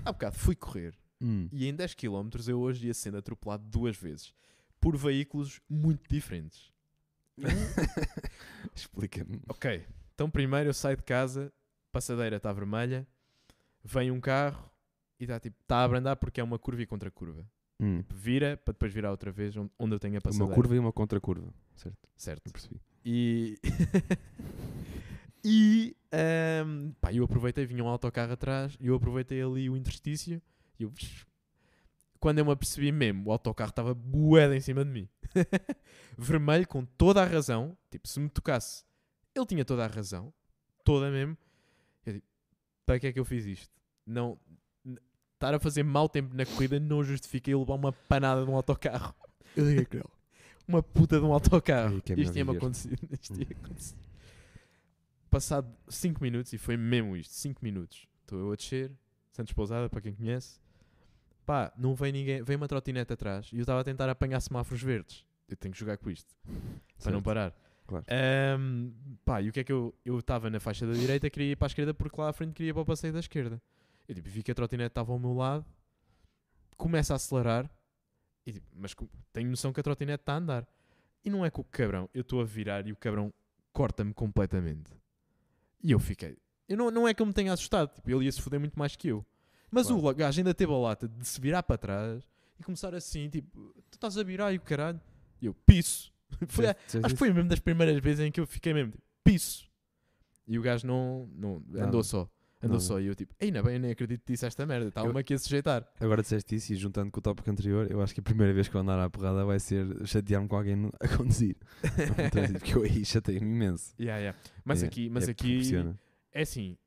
B: Há bocado fui correr.
A: Hum.
B: E em 10 km eu hoje ia sendo atropelado duas vezes por veículos muito diferentes.
A: Explica-me.
B: Ok, então primeiro eu saio de casa, passadeira está vermelha, vem um carro e está tipo, tá a abrandar porque é uma curva e contra curva.
A: Hum.
B: Vira para depois virar outra vez onde- onde eu tenho a passadeira.
A: Uma curva e uma contracurva. Certo,
B: Certo.
A: eu percebi.
B: E. e. ahm, pá, eu aproveitei, vinha um autocarro atrás, e eu aproveitei ali o interstício e eu. Quando eu me apercebi mesmo, o autocarro estava boeda em cima de mim. Vermelho com toda a razão. Tipo, se me tocasse, ele tinha toda a razão. Toda mesmo. Eu digo, para que é que eu fiz isto? Não. n- Estar a fazer mau tempo na corrida não justifica eu levar uma panada de um autocarro.
A: Eu digo aquilo.
B: Uma puta de um autocarro.
A: Ai, que é
B: isto tinha-me
A: maravilhoso. Hum.
B: acontecido. Isto tinha acontecido. Passado 5 minutos, e foi mesmo isto, 5 minutos. Estou eu a descer, Santos Pousada, para quem conhece. Pá, não vem ninguém, vem uma trotinete atrás e eu estava a tentar apanhar semáforos verdes. Eu tenho que jogar com isto, para não parar.
A: Claro.
B: Ahm, pá, e o que é que eu... Eu estava na faixa da direita, queria ir para a esquerda, porque lá à frente queria ir para o passeio da esquerda. Eu tipo, vi que a trotinete estava ao meu lado, começa a acelerar, e, tipo, mas co- tenho noção que a trotinete está a andar. E não é com o cabrão, eu estou a virar e o cabrão corta-me completamente. E eu fiquei. Eu não, não é que eu me tenha assustado, tipo, ele ia se foder muito mais que eu. Mas o gajo ainda teve a lata de se virar para trás e começar assim, tipo, tu estás a virar e o caralho. E eu piso. Foi,
A: Disseste- disseste
B: acho que
A: isso?
B: foi mesmo das primeiras vezes em que eu fiquei mesmo, tipo, piso. E o gajo não, não
A: Nada.
B: andou só. Andou
A: Nada.
B: só e eu tipo, ainda bem, eu nem acredito que disse esta merda, estava-me aqui a sujeitar.
A: Agora disseste isso e juntando com o tópico anterior, eu acho que a primeira vez que eu andar à porrada vai ser chatear-me com alguém no- a conduzir. Então, tipo, Porque eu aí chateei-me imenso.
B: Yeah, yeah. Mas
A: É,
B: aqui, mas
A: é,
B: aqui
A: proporciona.
B: é assim,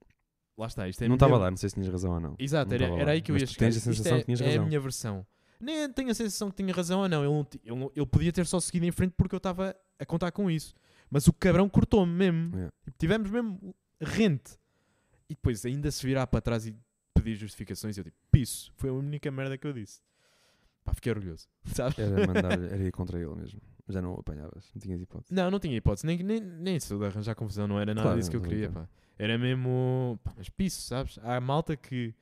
B: lá está, isto é
A: não estava
B: mesmo-
A: lá, não sei se tinhas razão ou não.
B: Exato,
A: Não
B: era,
A: tava
B: era
A: lá.
B: aí que eu
A: Mas
B: ia
A: tu
B: chegar.
A: tens a
B: Isto
A: sensação
B: é,
A: que tinhas
B: é a
A: razão.
B: minha versão. Nem tenho a sensação que tinha razão ou não. Ele, não ti- ele, não- ele podia ter só seguido em frente porque eu estava a contar com isso. Mas o cabrão cortou-me mesmo.
A: Yeah.
B: Tipo, Tivemos mesmo rente. E depois ainda se virar para trás e pedir justificações, eu tipo, piso. Foi a única merda que eu disse. Pá, fiquei orgulhoso. Sabes?
A: Era mandar, era ir contra ele mesmo. Já não o apanhavas, não tinhas hipótese.
B: Não, não tinha hipótese. Nem, nem, nem isso de arranjar confusão. Não era nada
A: Claro,
B: disso que eu
A: tô
B: queria.
A: brincando.
B: pá. Era mesmo. Pá, mas piso, sabes? Há malta que.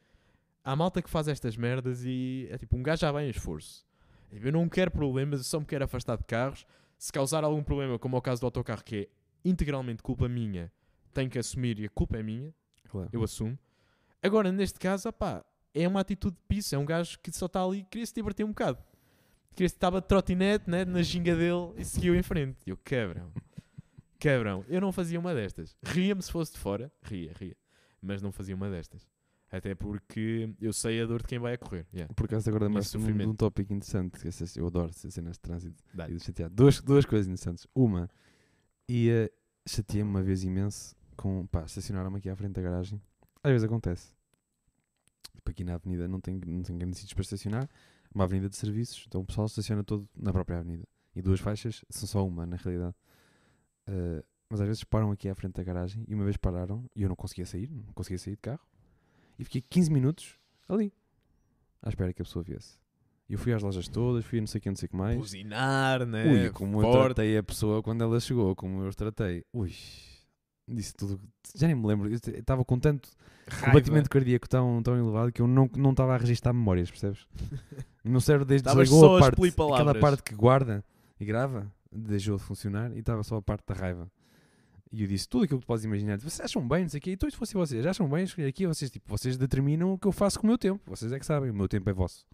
B: Há malta que faz estas merdas e é tipo, um gajo já vai em esforço. Tipo, Eu não quero problemas, eu só me quero afastar de carros. Se causar algum problema, como é o caso do autocarro, que é integralmente culpa minha, tenho que assumir e a culpa é minha,
A: Claro.
B: eu assumo. Agora, neste caso, opá, é uma atitude de piso, é um gajo que só está ali e queria se divertir um bocado. Queria se estava de trotinete, né, na ginga dele e seguiu em frente. E Eu, cabrão, cabrão, eu não fazia uma destas. Ria-me se fosse de fora, ria, ria, mas não fazia uma destas. Até porque eu sei a dor de quem vai a correr. Yeah,
A: Por acaso agora
B: Muito
A: lembraste-me de um- de
B: sofrimento.
A: um tópico interessante. que essas- Eu adoro essas cenas de trânsito
B: dá-lhe.
A: e de chatear. Duas, duas coisas interessantes. Uma, ia chateei-me uma vez imenso com. Pá, estacionaram-me aqui à frente da garagem. Às vezes acontece. Tipo, aqui na avenida não tem, não tem grandes sítios para estacionar. É Uma avenida de serviços, então o pessoal estaciona todo na própria avenida. E duas faixas, são só uma, na realidade. Ah, mas às vezes param aqui à frente da garagem e uma vez pararam e eu não conseguia sair, não conseguia sair de carro. E fiquei 15 minutos ali, à espera que a pessoa viesse. Eu fui às lojas todas, fui a não sei o que, não sei o que é mais.
B: Buzinar, né?
A: Ui, como eu
B: forte.
A: tratei a pessoa quando ela chegou, como eu os tratei. Ui, disse tudo. Já nem me lembro. Eu estava com tanto
B: Raiva.
A: batimento cardíaco tão, tão elevado que eu não não estava a registrar memórias, percebes? O meu cérebro desde
B: Estavas
A: desligou
B: só a
A: a parte,
B: expelir
A: aquela
B: palavras.
A: parte que guarda e grava, deixou de funcionar e estava só a parte da raiva. E eu disse tudo aquilo que tu podes imaginar. tipo, Vocês acham bem, não sei o quê. Então, se fosse vocês, acham bem escolher aqui? Vocês, tipo, vocês determinam o que eu faço com o meu tempo. Vocês é que sabem, o meu tempo é vosso.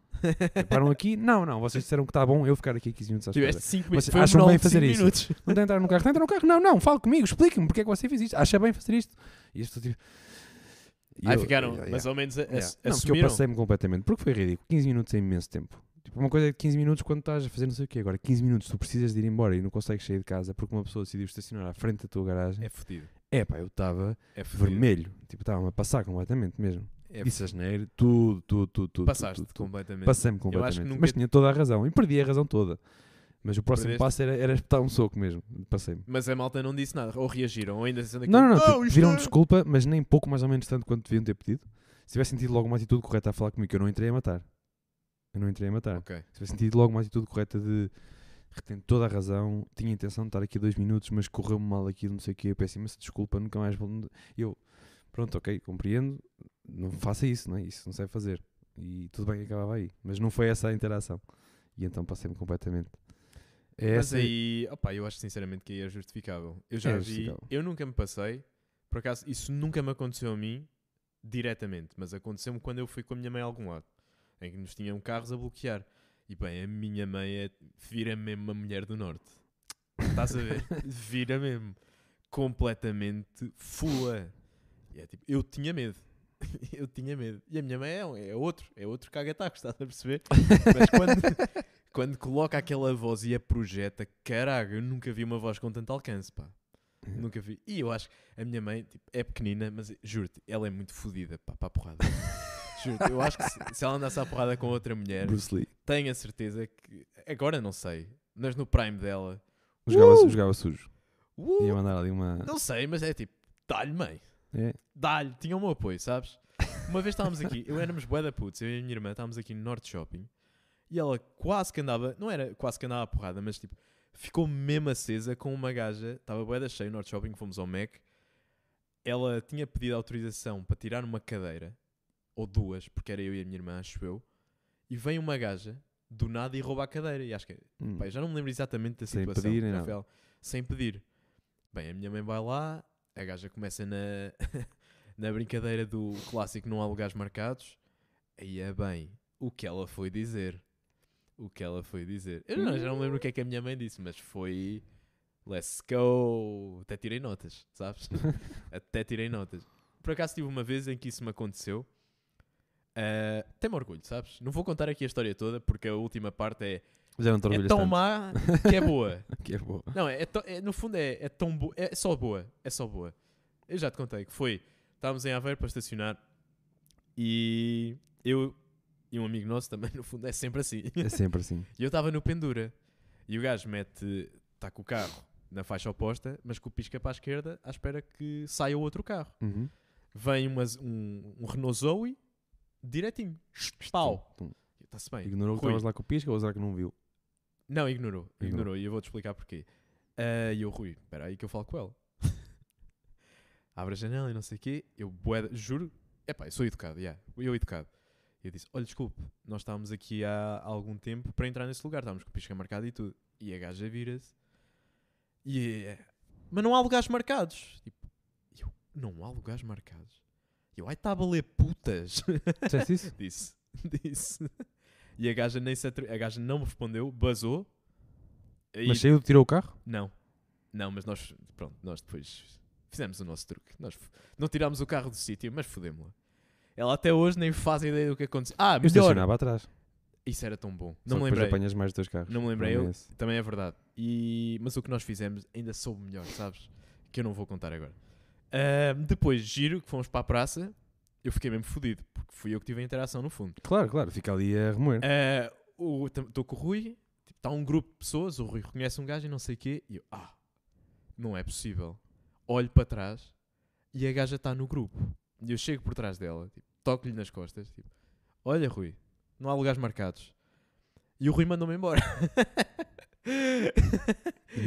A: Param aqui? Não, não. Vocês disseram que está bom eu ficar aqui 15 minutos à espera.
B: Tiveste 5 minutos.
A: Vocês
B: Foi um
A: acham
B: monólogo
A: bem
B: de cinco
A: fazer isso?
B: minutos.
A: Não tem entrar no carro, não entra no carro, não, não, fale comigo, explique-me porque é que você fez isto, acha bem fazer isto. E eu estou tipo. E
B: Aí
A: eu-
B: ficaram,
A: yeah,
B: mas ao menos a- a-
A: yeah. Não, porque eu
B: assumiram.
A: passei-me completamente, porque foi ridículo. 15 minutos é imenso tempo. Tipo, Uma coisa é de 15 minutos quando estás a fazer não sei o quê. Agora, 15 minutos, tu precisas de ir embora e não consegues sair de casa porque uma pessoa decidiu estacionar à frente da tua garagem.
B: É fodido.
A: É pá, eu estava
B: É fodido.
A: vermelho. Tipo, estava-me a passar completamente mesmo.
B: É
A: Disse asneiro, tudo, tudo, tudo, tudo.
B: Passaste
A: tudo, tudo.
B: completamente.
A: Passei-me
B: que
A: completamente.
B: nunca-
A: Mas tinha toda a razão. E perdi a razão toda. Mas o próximo
B: Perdeste?
A: passo era, era espetar um soco mesmo. Passei-me.
B: Mas a malta não disse nada. Ou reagiram, ou ainda sendo
A: Não, não, não.
B: aquilo,
A: tipo,
B: "Oh, isto
A: pediram
B: é-"
A: desculpa, mas nem pouco mais ou menos tanto quanto deviam ter pedido. Se tivesse sentido logo uma atitude correta a falar comigo, que eu não entrei a matar. Eu não entrei a matar.
B: Ok.
A: Se tivesse sentido logo uma atitude correta de retém toda a razão, tinha intenção de estar aqui dois minutos, mas correu-me mal aquilo, não sei o quê, peço imensa desculpa, nunca mais vou. Eu, pronto, ok, compreendo, não faça isso, não é? Isso não sei fazer. E tudo bem que acabava aí, mas não foi essa a interação. E então passei-me completamente. É
B: Mas
A: essa-
B: aí, opá, eu acho sinceramente que aí é justificável. Eu já
A: É
B: vi,
A: justificável.
B: eu nunca me passei, por acaso isso nunca me aconteceu a mim diretamente, mas aconteceu-me quando eu fui com a minha mãe a algum lado, em que nos tinham carros a bloquear. E bem, a minha mãe é, vira mesmo uma mulher do norte. Estás a ver? Vira mesmo. Completamente fula. E é tipo, eu tinha medo. Eu tinha medo. E a minha mãe é, um- é outro, é outro caga-tacos, estás a perceber? Mas quando, quando coloca aquela voz e a projeta, caralho, eu nunca vi uma voz com tanto alcance, pá. Nunca vi. E eu acho que a minha mãe tipo, é pequenina, mas juro-te, ela é muito fodida pá, para a porrada. juro-te, eu acho que se, se ela andasse à porrada com outra mulher,
A: Bruce Lee.
B: tenho a certeza que. Agora não sei, mas no prime dela.
A: Jogava,
B: Uh!
A: jogava sujo.
B: Uh,
A: Ia mandar ali uma.
B: Não sei, mas é tipo, dá-lhe, mãe.
A: É.
B: dá-lhe, tinha o meu apoio, sabes? Uma vez estávamos aqui, eu éramos bué da putz, eu e a minha irmã estávamos aqui no Norte Shopping e ela quase que andava, não era quase que andava a porrada, mas tipo, ficou mesmo acesa com uma gaja, estava bué da cheia no Norte Shopping, fomos ao Mac, ela tinha pedido autorização para tirar uma cadeira, ou duas, porque era eu e a minha irmã, acho eu, e vem uma gaja do nada e rouba a cadeira, e acho que é
A: Hum.
B: Pá, eu já não me lembro exatamente da
A: Sem
B: situação.
A: pedir nem
B: já
A: nada.
B: foi ela. Sem pedir. Bem, a minha mãe vai lá, a gaja começa na, na brincadeira do clássico não há lugares marcados. Aí é bem, o que ela foi dizer. O que ela foi dizer. Eu não, já não me lembro o que é que a minha mãe disse, mas foi... Let's go! Até tirei notas, sabes? Até tirei notas. Por acaso tive uma vez em que isso me aconteceu. Ah, Até-me orgulho, sabes? Não vou contar aqui a história toda, porque a última parte é
A: Já não te
B: é
A: orgulhas
B: tão
A: tanto.
B: má que é boa.
A: Que é boa.
B: Não, é, to- é- no fundo é, é tão boa. É só boa. É só boa. Eu já te contei que foi. Estávamos em Aveiro para estacionar e eu e um amigo nosso também, no fundo, é sempre assim.
A: É sempre assim.
B: E eu estava no pendura. E o gajo mete. Está com o carro na faixa oposta, mas com o pisca para a esquerda à espera que saia o outro carro.
A: Uhum.
B: Vem umas- um, um Renault Zoe direitinho. Pau.
A: Tum, tum.
B: Está-se bem.
A: Ignorou que
B: Rui.
A: estavas lá com o pisca ou será que não viu?
B: Não, ignorou.
A: Ignorou.
B: Ignorou. E eu vou-te explicar porquê. Ah, e o Rui, espera aí que eu falo com ele. Abre a janela e não sei o quê. Eu bué, de- juro. Epá, eu sou educado, yeah. Eu educado. E eu disse, olha, desculpe, nós estávamos aqui há algum tempo para entrar nesse lugar. Estávamos com o pisca marcado e tudo. E a gaja vira-se. E é, Mas não há lugares marcados. Tipo, eu, não há lugares marcados. E eu, ai, está a valer putas.
A: Disseste isso?
B: Disse. Disse. E a gaja, nem se atre... a gaja não me respondeu, basou. E-
A: Mas saiu, tirou o carro?
B: Não. Não, mas nós, pronto, nós depois fizemos o nosso truque. Nós f- não tirámos o carro do sítio, mas fodemos-la. Ela até hoje nem faz ideia do que aconteceu. Ah,
A: Eu
B: melhor.
A: estacionava atrás.
B: Isso era tão bom.
A: é Só que
B: Não me
A: depois
B: lembrei.
A: apanhas mais dois carros.
B: Não me lembrei,
A: Não é
B: eu-
A: esse.
B: Também é verdade. E... Mas o que nós fizemos ainda soube melhor, sabes? Que eu não vou contar agora. Ahm, depois, giro, que fomos para a praça. Eu fiquei mesmo fodido, porque fui eu que tive a interação no fundo.
A: Claro, claro, fica ali a remoer.
B: Estou com É, o Rui, está um grupo de pessoas, o Rui reconhece um gajo e não sei o quê, e eu, ah, não é possível. Olho para trás e a gaja está no grupo. E eu chego por trás dela, tipo, toco-lhe nas costas, tipo, olha Rui, não há lugares marcados. E o Rui mandou-me embora. eu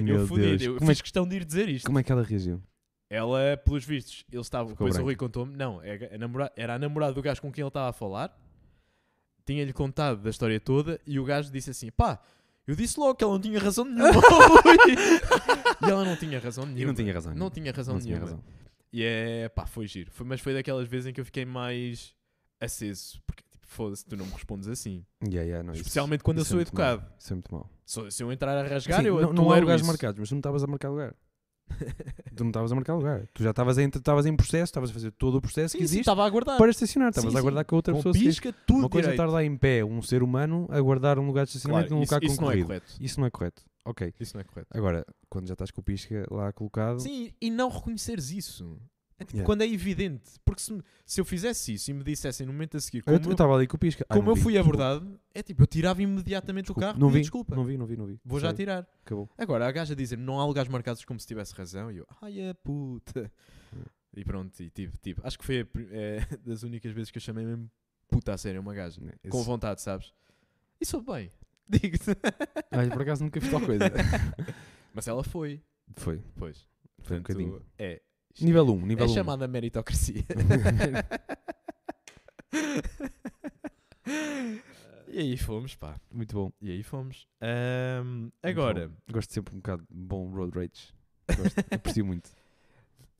A: Meu
B: fudi,
A: Deus,
B: eu
A: como é
B: fiz questão de ir dizer isto.
A: Como é que ela reagiu?
B: Ela, pelos vistos, ele estava.
A: Ficou
B: depois o
A: branca.
B: Rui contou-me. Não, é a namora- era a namorada do gajo com quem ele estava a falar. Tinha-lhe contado da história toda e o gajo disse assim: pá, eu disse logo que ela não tinha razão nenhuma. e ela não tinha razão nenhuma.
A: E não tinha razão
B: Não
A: nenhuma.
B: tinha razão
A: Não tinha
B: nenhuma.
A: razão.
B: E é pá, foi giro. Foi- mas foi daquelas vezes em que eu fiquei mais aceso. Porque, tipo, foda-se, tu não me respondes assim.
A: Yeah, yeah, não, isso-
B: Especialmente quando eu
A: isso é
B: sou
A: muito mau.
B: educado.
A: Isso é muito mau.
B: Se, se eu entrar a rasgar,
A: Sim,
B: eu
A: não, é não há
B: tolero
A: lugares
B: isso.
A: marcados, mas tu não estavas a marcar lugar. Tu não estavas a marcar lugar. Tu já estavas em, estavas em processo, estavas a fazer todo o processo que
B: Sim, sim,
A: existe
B: estava a aguardar.
A: para estacionar. Estavas
B: Sim,
A: a aguardar que a outra
B: Com
A: pessoa se deixe.
B: pisca, tudo
A: Uma coisa é
B: direito.
A: estar lá em pé, um ser humano, a guardar um lugar de estacionamento
B: Claro,
A: num
B: isso,
A: lugar
B: isso não é
A: concorrido.
B: correto.
A: Isso não é correto. Ok.
B: Isso não é correto.
A: Agora, quando já estás com o pisca lá colocado,
B: Sim, e não reconheceres isso. É tipo,
A: Yeah.
B: Quando é evidente. Porque se, se eu fizesse isso e me dissessem no momento a seguir
A: eu
B: como eu,
A: estava ali com o pisca. Ah,
B: como
A: não
B: eu
A: vi,
B: fui
A: desculpa.
B: abordado, é tipo, eu tirava imediatamente
A: Desculpa,
B: o carro
A: não
B: e
A: vi,
B: desculpa.
A: Não vi, não vi, não vi.
B: Vou já
A: Sorry.
B: tirar.
A: Acabou.
B: Agora, a gaja dizer não há lugares marcados como se tivesse razão. E eu, ai a
A: É.
B: puta. E pronto, e tive, tive. Acho que foi a pri- eh, das únicas vezes que eu chamei mesmo puta a sério uma gaja. Com
A: Né, Esse-
B: vontade, sabes? E soube bem. Digo-te.
A: Olha, por acaso nunca fiz tal coisa.
B: Mas ela foi.
A: Foi,
B: Pois.
A: foi um
B: Portanto,
A: bocadinho.
B: É,
A: Nível 1, nível
B: é
A: 1.
B: chamada meritocracia. e aí fomos, pá.
A: Muito bom.
B: E aí fomos. Ahm, agora,
A: Gosto sempre um bocado de bom road rage. Gosto, aprecio muito.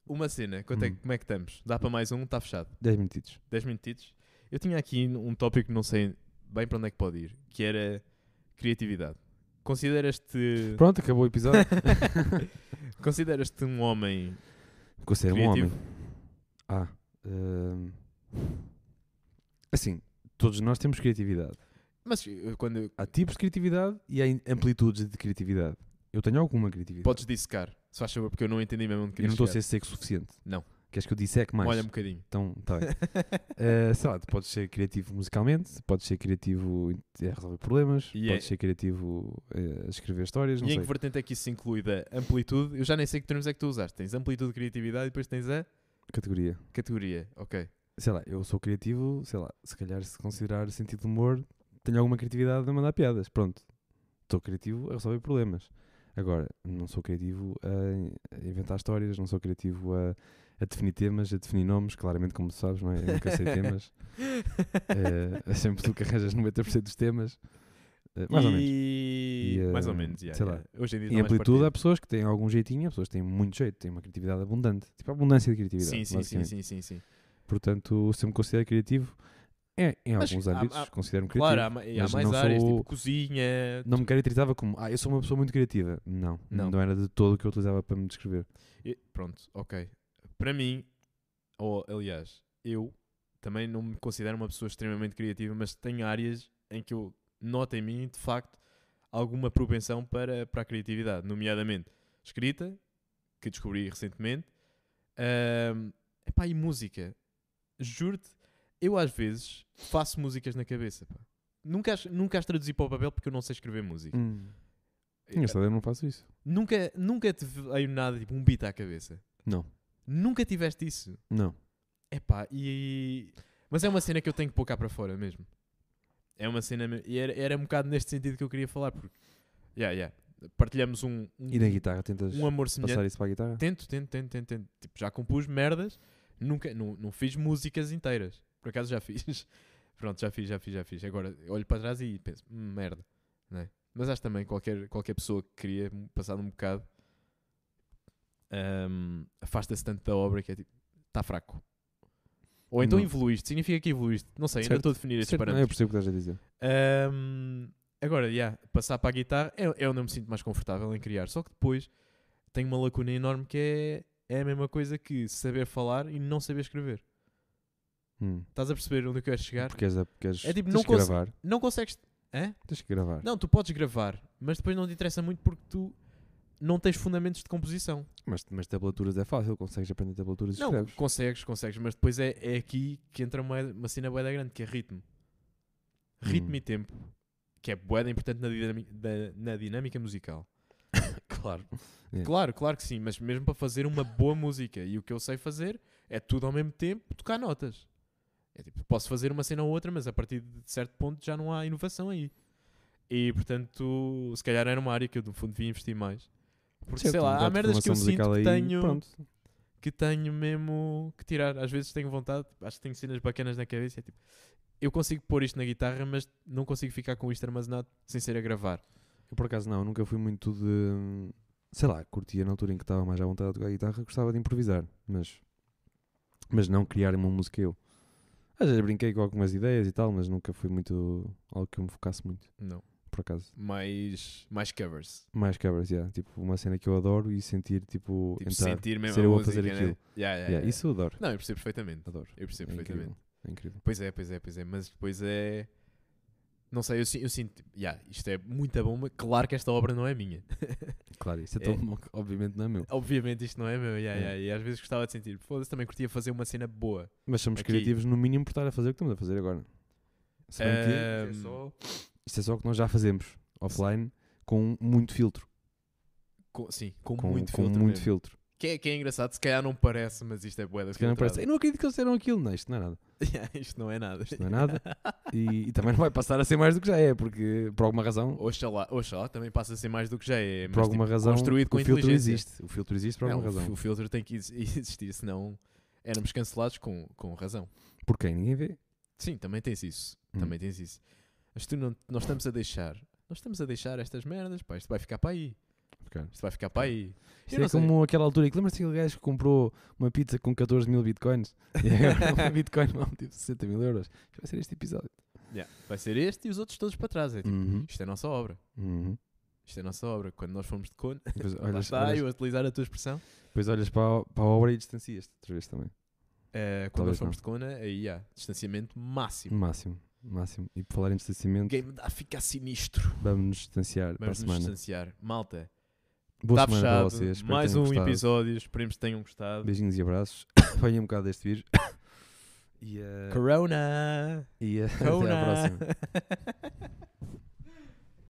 B: uma cena. Quanto é, que-
A: Hum.
B: como é que estamos? Dá para mais um? Está fechado.
A: 10 minutitos.
B: 10 minutitos. Eu tinha aqui um tópico que não sei bem para onde é que pode ir, que era criatividade. Consideras-te
A: Pronto, acabou o episódio.
B: consideras-te um homem
A: Considero um homem.
B: Criativo.
A: Ah. hum, Assim, todos nós temos criatividade.
B: mas eh, quando eu-
A: Há tipos de criatividade e há in- amplitudes de criatividade. Eu tenho alguma criatividade.
B: podes dissecar, se faz favor, porque eu não entendi mesmo onde
A: eu não
B: querias
A: estou a
B: chegar.
A: ser seco o suficiente.
B: Não.
A: Queres que eu disseque mais?
B: Olha um bocadinho.
A: Então, tá bem. Eh, sei lá, tu podes ser criativo musicalmente, podes ser criativo em- a resolver problemas,
B: E é-
A: podes ser criativo eh, a escrever histórias, não
B: E em
A: sei.
B: que vertente é que isso se inclui da amplitude? Eu já nem sei que termos é que tu usaste. Tens amplitude de criatividade e depois tens a
A: Categoria.
B: categoria. Ok.
A: Sei lá, eu sou criativo, sei lá, se calhar se considerar sentido de humor, tenho alguma criatividade a mandar piadas, pronto. Estou criativo a resolver problemas. Agora, não sou criativo a a inventar histórias, não sou criativo a, a definir temas, a definir nomes, claramente como tu sabes, não é? Eu nunca sei temas. Eh, sempre tu que arranjas 90% dos temas. Eh, mais ou menos.
B: E...
A: E,
B: mais ou
A: eh,
B: menos, yeah,
A: sei
B: yeah. Hoje em dia
A: Em
B: está mais
A: amplitude há
B: partido.
A: pessoas que têm algum jeitinho, há pessoas que têm muito jeito, têm uma criatividade abundante. Tipo, abundância de criatividade.
B: Sim, sim, sim,
A: basicamente.
B: sim, sim, sim.
A: Portanto, se eu me considero criativo, é, em
B: Mas
A: alguns
B: há-
A: âmbitos,
B: há-
A: considero-me criativo.
B: Claro, há, ma- e há
A: mas
B: mais
A: não
B: áreas,
A: sou-
B: tipo cozinha.
A: Não me caracterizava como, ah, eu sou uma pessoa muito criativa. Não,
B: Não.
A: não, era de todo o que eu utilizava para me descrever.
B: E- Pronto, ok. Para mim, ou aliás, eu também não me considero uma pessoa extremamente criativa, mas tenho áreas em que eu noto em mim, de facto, alguma propensão para, para a criatividade, nomeadamente escrita, que descobri recentemente, ahm, epá, e música. Juro-te, eu às vezes faço músicas na cabeça. pá. Nunca, as, nunca as traduzi para o papel porque eu não sei escrever música.
A: Hum. Engraçado, eu não faço isso.
B: Nunca, nunca te veio nada, tipo um beat à cabeça.
A: Não,
B: Nunca tiveste isso.
A: não.
B: Epá, e. Mas é uma cena que eu tenho que pôr cá para fora mesmo. É uma cena. me- E era, era um bocado neste sentido que eu queria falar, porque. Yeah, yeah. Partilhamos um, um,
A: E na guitarra tentas
B: um amor
A: passar
B: semelhante.
A: isso para a guitarra?
B: Tento, tento, tento, tento, tento. Tipo, já compus merdas, nunca. Não, não fiz músicas inteiras. Por acaso já fiz. Pronto, já fiz, já fiz, já fiz. Agora olho para trás e penso, "Hum, merda. Não é? Mas acho também qualquer, qualquer pessoa que queria passar um bocado hum, afasta-se tanto da obra que é tipo, está fraco. Ou então
A: Não.
B: evoluíste, significa que evoluíste. Não sei, ainda
A: Certo.
B: estou a definir estes
A: Certo, não, eu
B: parâmetros.
A: percebo o que estás a dizer.
B: Hum, agora, yeah, passar para a guitarra, eu, eu não me sinto mais confortável em criar. Só que depois tenho uma lacuna enorme que é, é a mesma coisa que saber falar e não saber escrever.
A: Hum.
B: Estás a perceber onde eu quero chegar?
A: Porque queres, queres
B: É tipo,
A: tens
B: não
A: que
B: consigo-
A: gravar.
B: Não consegues. Hã?
A: Tens que gravar.
B: Não, tu podes gravar, mas depois não te interessa muito porque tu não tens fundamentos de composição.
A: Mas, mas tablaturas é fácil, consegues aprender tablaturas e
B: Não,
A: escreves.
B: consegues, consegues, mas depois é, é aqui que entra uma, uma cena boeda grande, que é ritmo. Ritmo
A: Hum.
B: e tempo, que é boeda importante na dinâmica, da- na dinâmica musical.
A: Claro. É.
B: Claro, claro que sim, mas mesmo para fazer uma boa música, e o que eu sei fazer é tudo ao mesmo tempo tocar notas. É tipo, posso fazer uma cena ou outra, mas a partir de certo ponto já não há inovação aí. E portanto, se calhar era uma área que eu no fundo devia investir mais. Porque sei lá, há merdas que eu sinto que tenho
A: Pronto.
B: que tenho mesmo que tirar. Às vezes tenho vontade, acho que tenho cenas bacanas na cabeça. e É tipo, eu consigo pôr isto na guitarra, mas não consigo ficar com isto armazenado sem ser a gravar.
A: Eu por acaso não, eu nunca fui muito de. Sei lá, curtia na altura em que estava mais à vontade de tocar guitarra, gostava de improvisar, mas. Mas não criar uma música eu. Às vezes brinquei com algumas ideias e tal, mas nunca foi muito algo que eu me focasse muito.
B: Não.
A: por acaso.
B: mais, mais covers.
A: Mais covers, yeah. Tipo, uma cena que eu adoro e sentir, tipo, é,
B: Tipo,
A: entrar.
B: sentir mesmo
A: ser
B: a
A: eu a
B: música,
A: fazer
B: né?
A: aquilo.
B: Yeah, yeah,
A: Yeah,
B: yeah.
A: Isso eu adoro.
B: Não, eu percebo perfeitamente.
A: Adoro.
B: Eu percebo
A: É
B: perfeitamente.
A: incrível. É incrível.
B: Pois é, pois é, pois é. Mas depois é... Não sei, eu, sin- eu sinto... Yeah, isto é muita bomba. Claro que esta obra não é minha.
A: Claro, isso é
B: É.
A: tão bom que obviamente não é meu.
B: Obviamente isto não é meu. Yeah,
A: É.
B: yeah. E às vezes gostava de sentir. Foda-se, também curtia fazer uma cena boa.
A: Mas somos
B: Aqui.
A: criativos no mínimo por estar a fazer o que estamos a fazer agora. Se bem que
B: Ahm,
A: isto é só- isto é só o que nós já fazemos offline com muito filtro.
B: com- sim, com,
A: Com
B: muito
A: com
B: filtro
A: muito
B: mesmo.
A: filtro.
B: Que é, que é engraçado, se calhar não parece, mas isto é boeda
A: Se calhar não parece. Eu não acredito que eles fizeram aquilo. Não, isto não é nada.
B: Isto não é nada.
A: Isto não é nada. E, e também não vai passar a ser mais do que já é, porque por alguma razão,
B: Oxalá, oxalá, também passa a ser mais do que já é.
A: por alguma razão
B: construído com
A: o filtro
B: inteligência.
A: existe. O filtro existe por
B: Não,
A: alguma
B: o-
A: razão.
B: O filtro tem que ex- existir, senão éramos cancelados com, com razão.
A: Por quem? Ninguém vê.
B: Sim, também tens isso.
A: Hum.
B: Também tens isso. Mas tu não, nós estamos a deixar. Nós estamos a deixar estas merdas, pá, isto vai ficar para aí.
A: Ficar.
B: Isto vai ficar para aí.
A: Isto
B: Eu não
A: é
B: sei.
A: como aquela altura. que Lembras-te daquele gajo que comprou uma pizza com 14 mil bitcoins? E agora um bitcoin vale tipo 60 mil euros. Isto Vai ser este episódio.
B: Yeah, Vai ser este e os outros todos para trás. É tipo,
A: Uhum.
B: isto é a nossa obra.
A: Uhum.
B: Isto é a nossa obra. Quando nós formos de cone,
A: Depois
B: lá
A: olhas,
B: está,
A: olhas-
B: eu a utilizar a tua expressão.
A: depois olhas para, a, para a obra e distancias-te outra vez também.
B: Eh, quando nós
A: Talvez
B: formos
A: não.
B: de cona, aí há distanciamento máximo.
A: Máximo, máximo. E por falar em distanciamento,
B: O game dá a ficar sinistro.
A: vamos nos distanciar para a
B: Vamos nos
A: semana.
B: distanciar. Malta,
A: Boa
B: está
A: semana
B: fechado.
A: para vocês. espero que
B: Mais um
A: tenham gostado.
B: episódio. Esperemos que tenham gostado.
A: Beijinhos e abraços. Apanhem um bocado deste vírus. E, eh,
B: Corona!
A: e eh, até à
B: Corona!
A: próxima.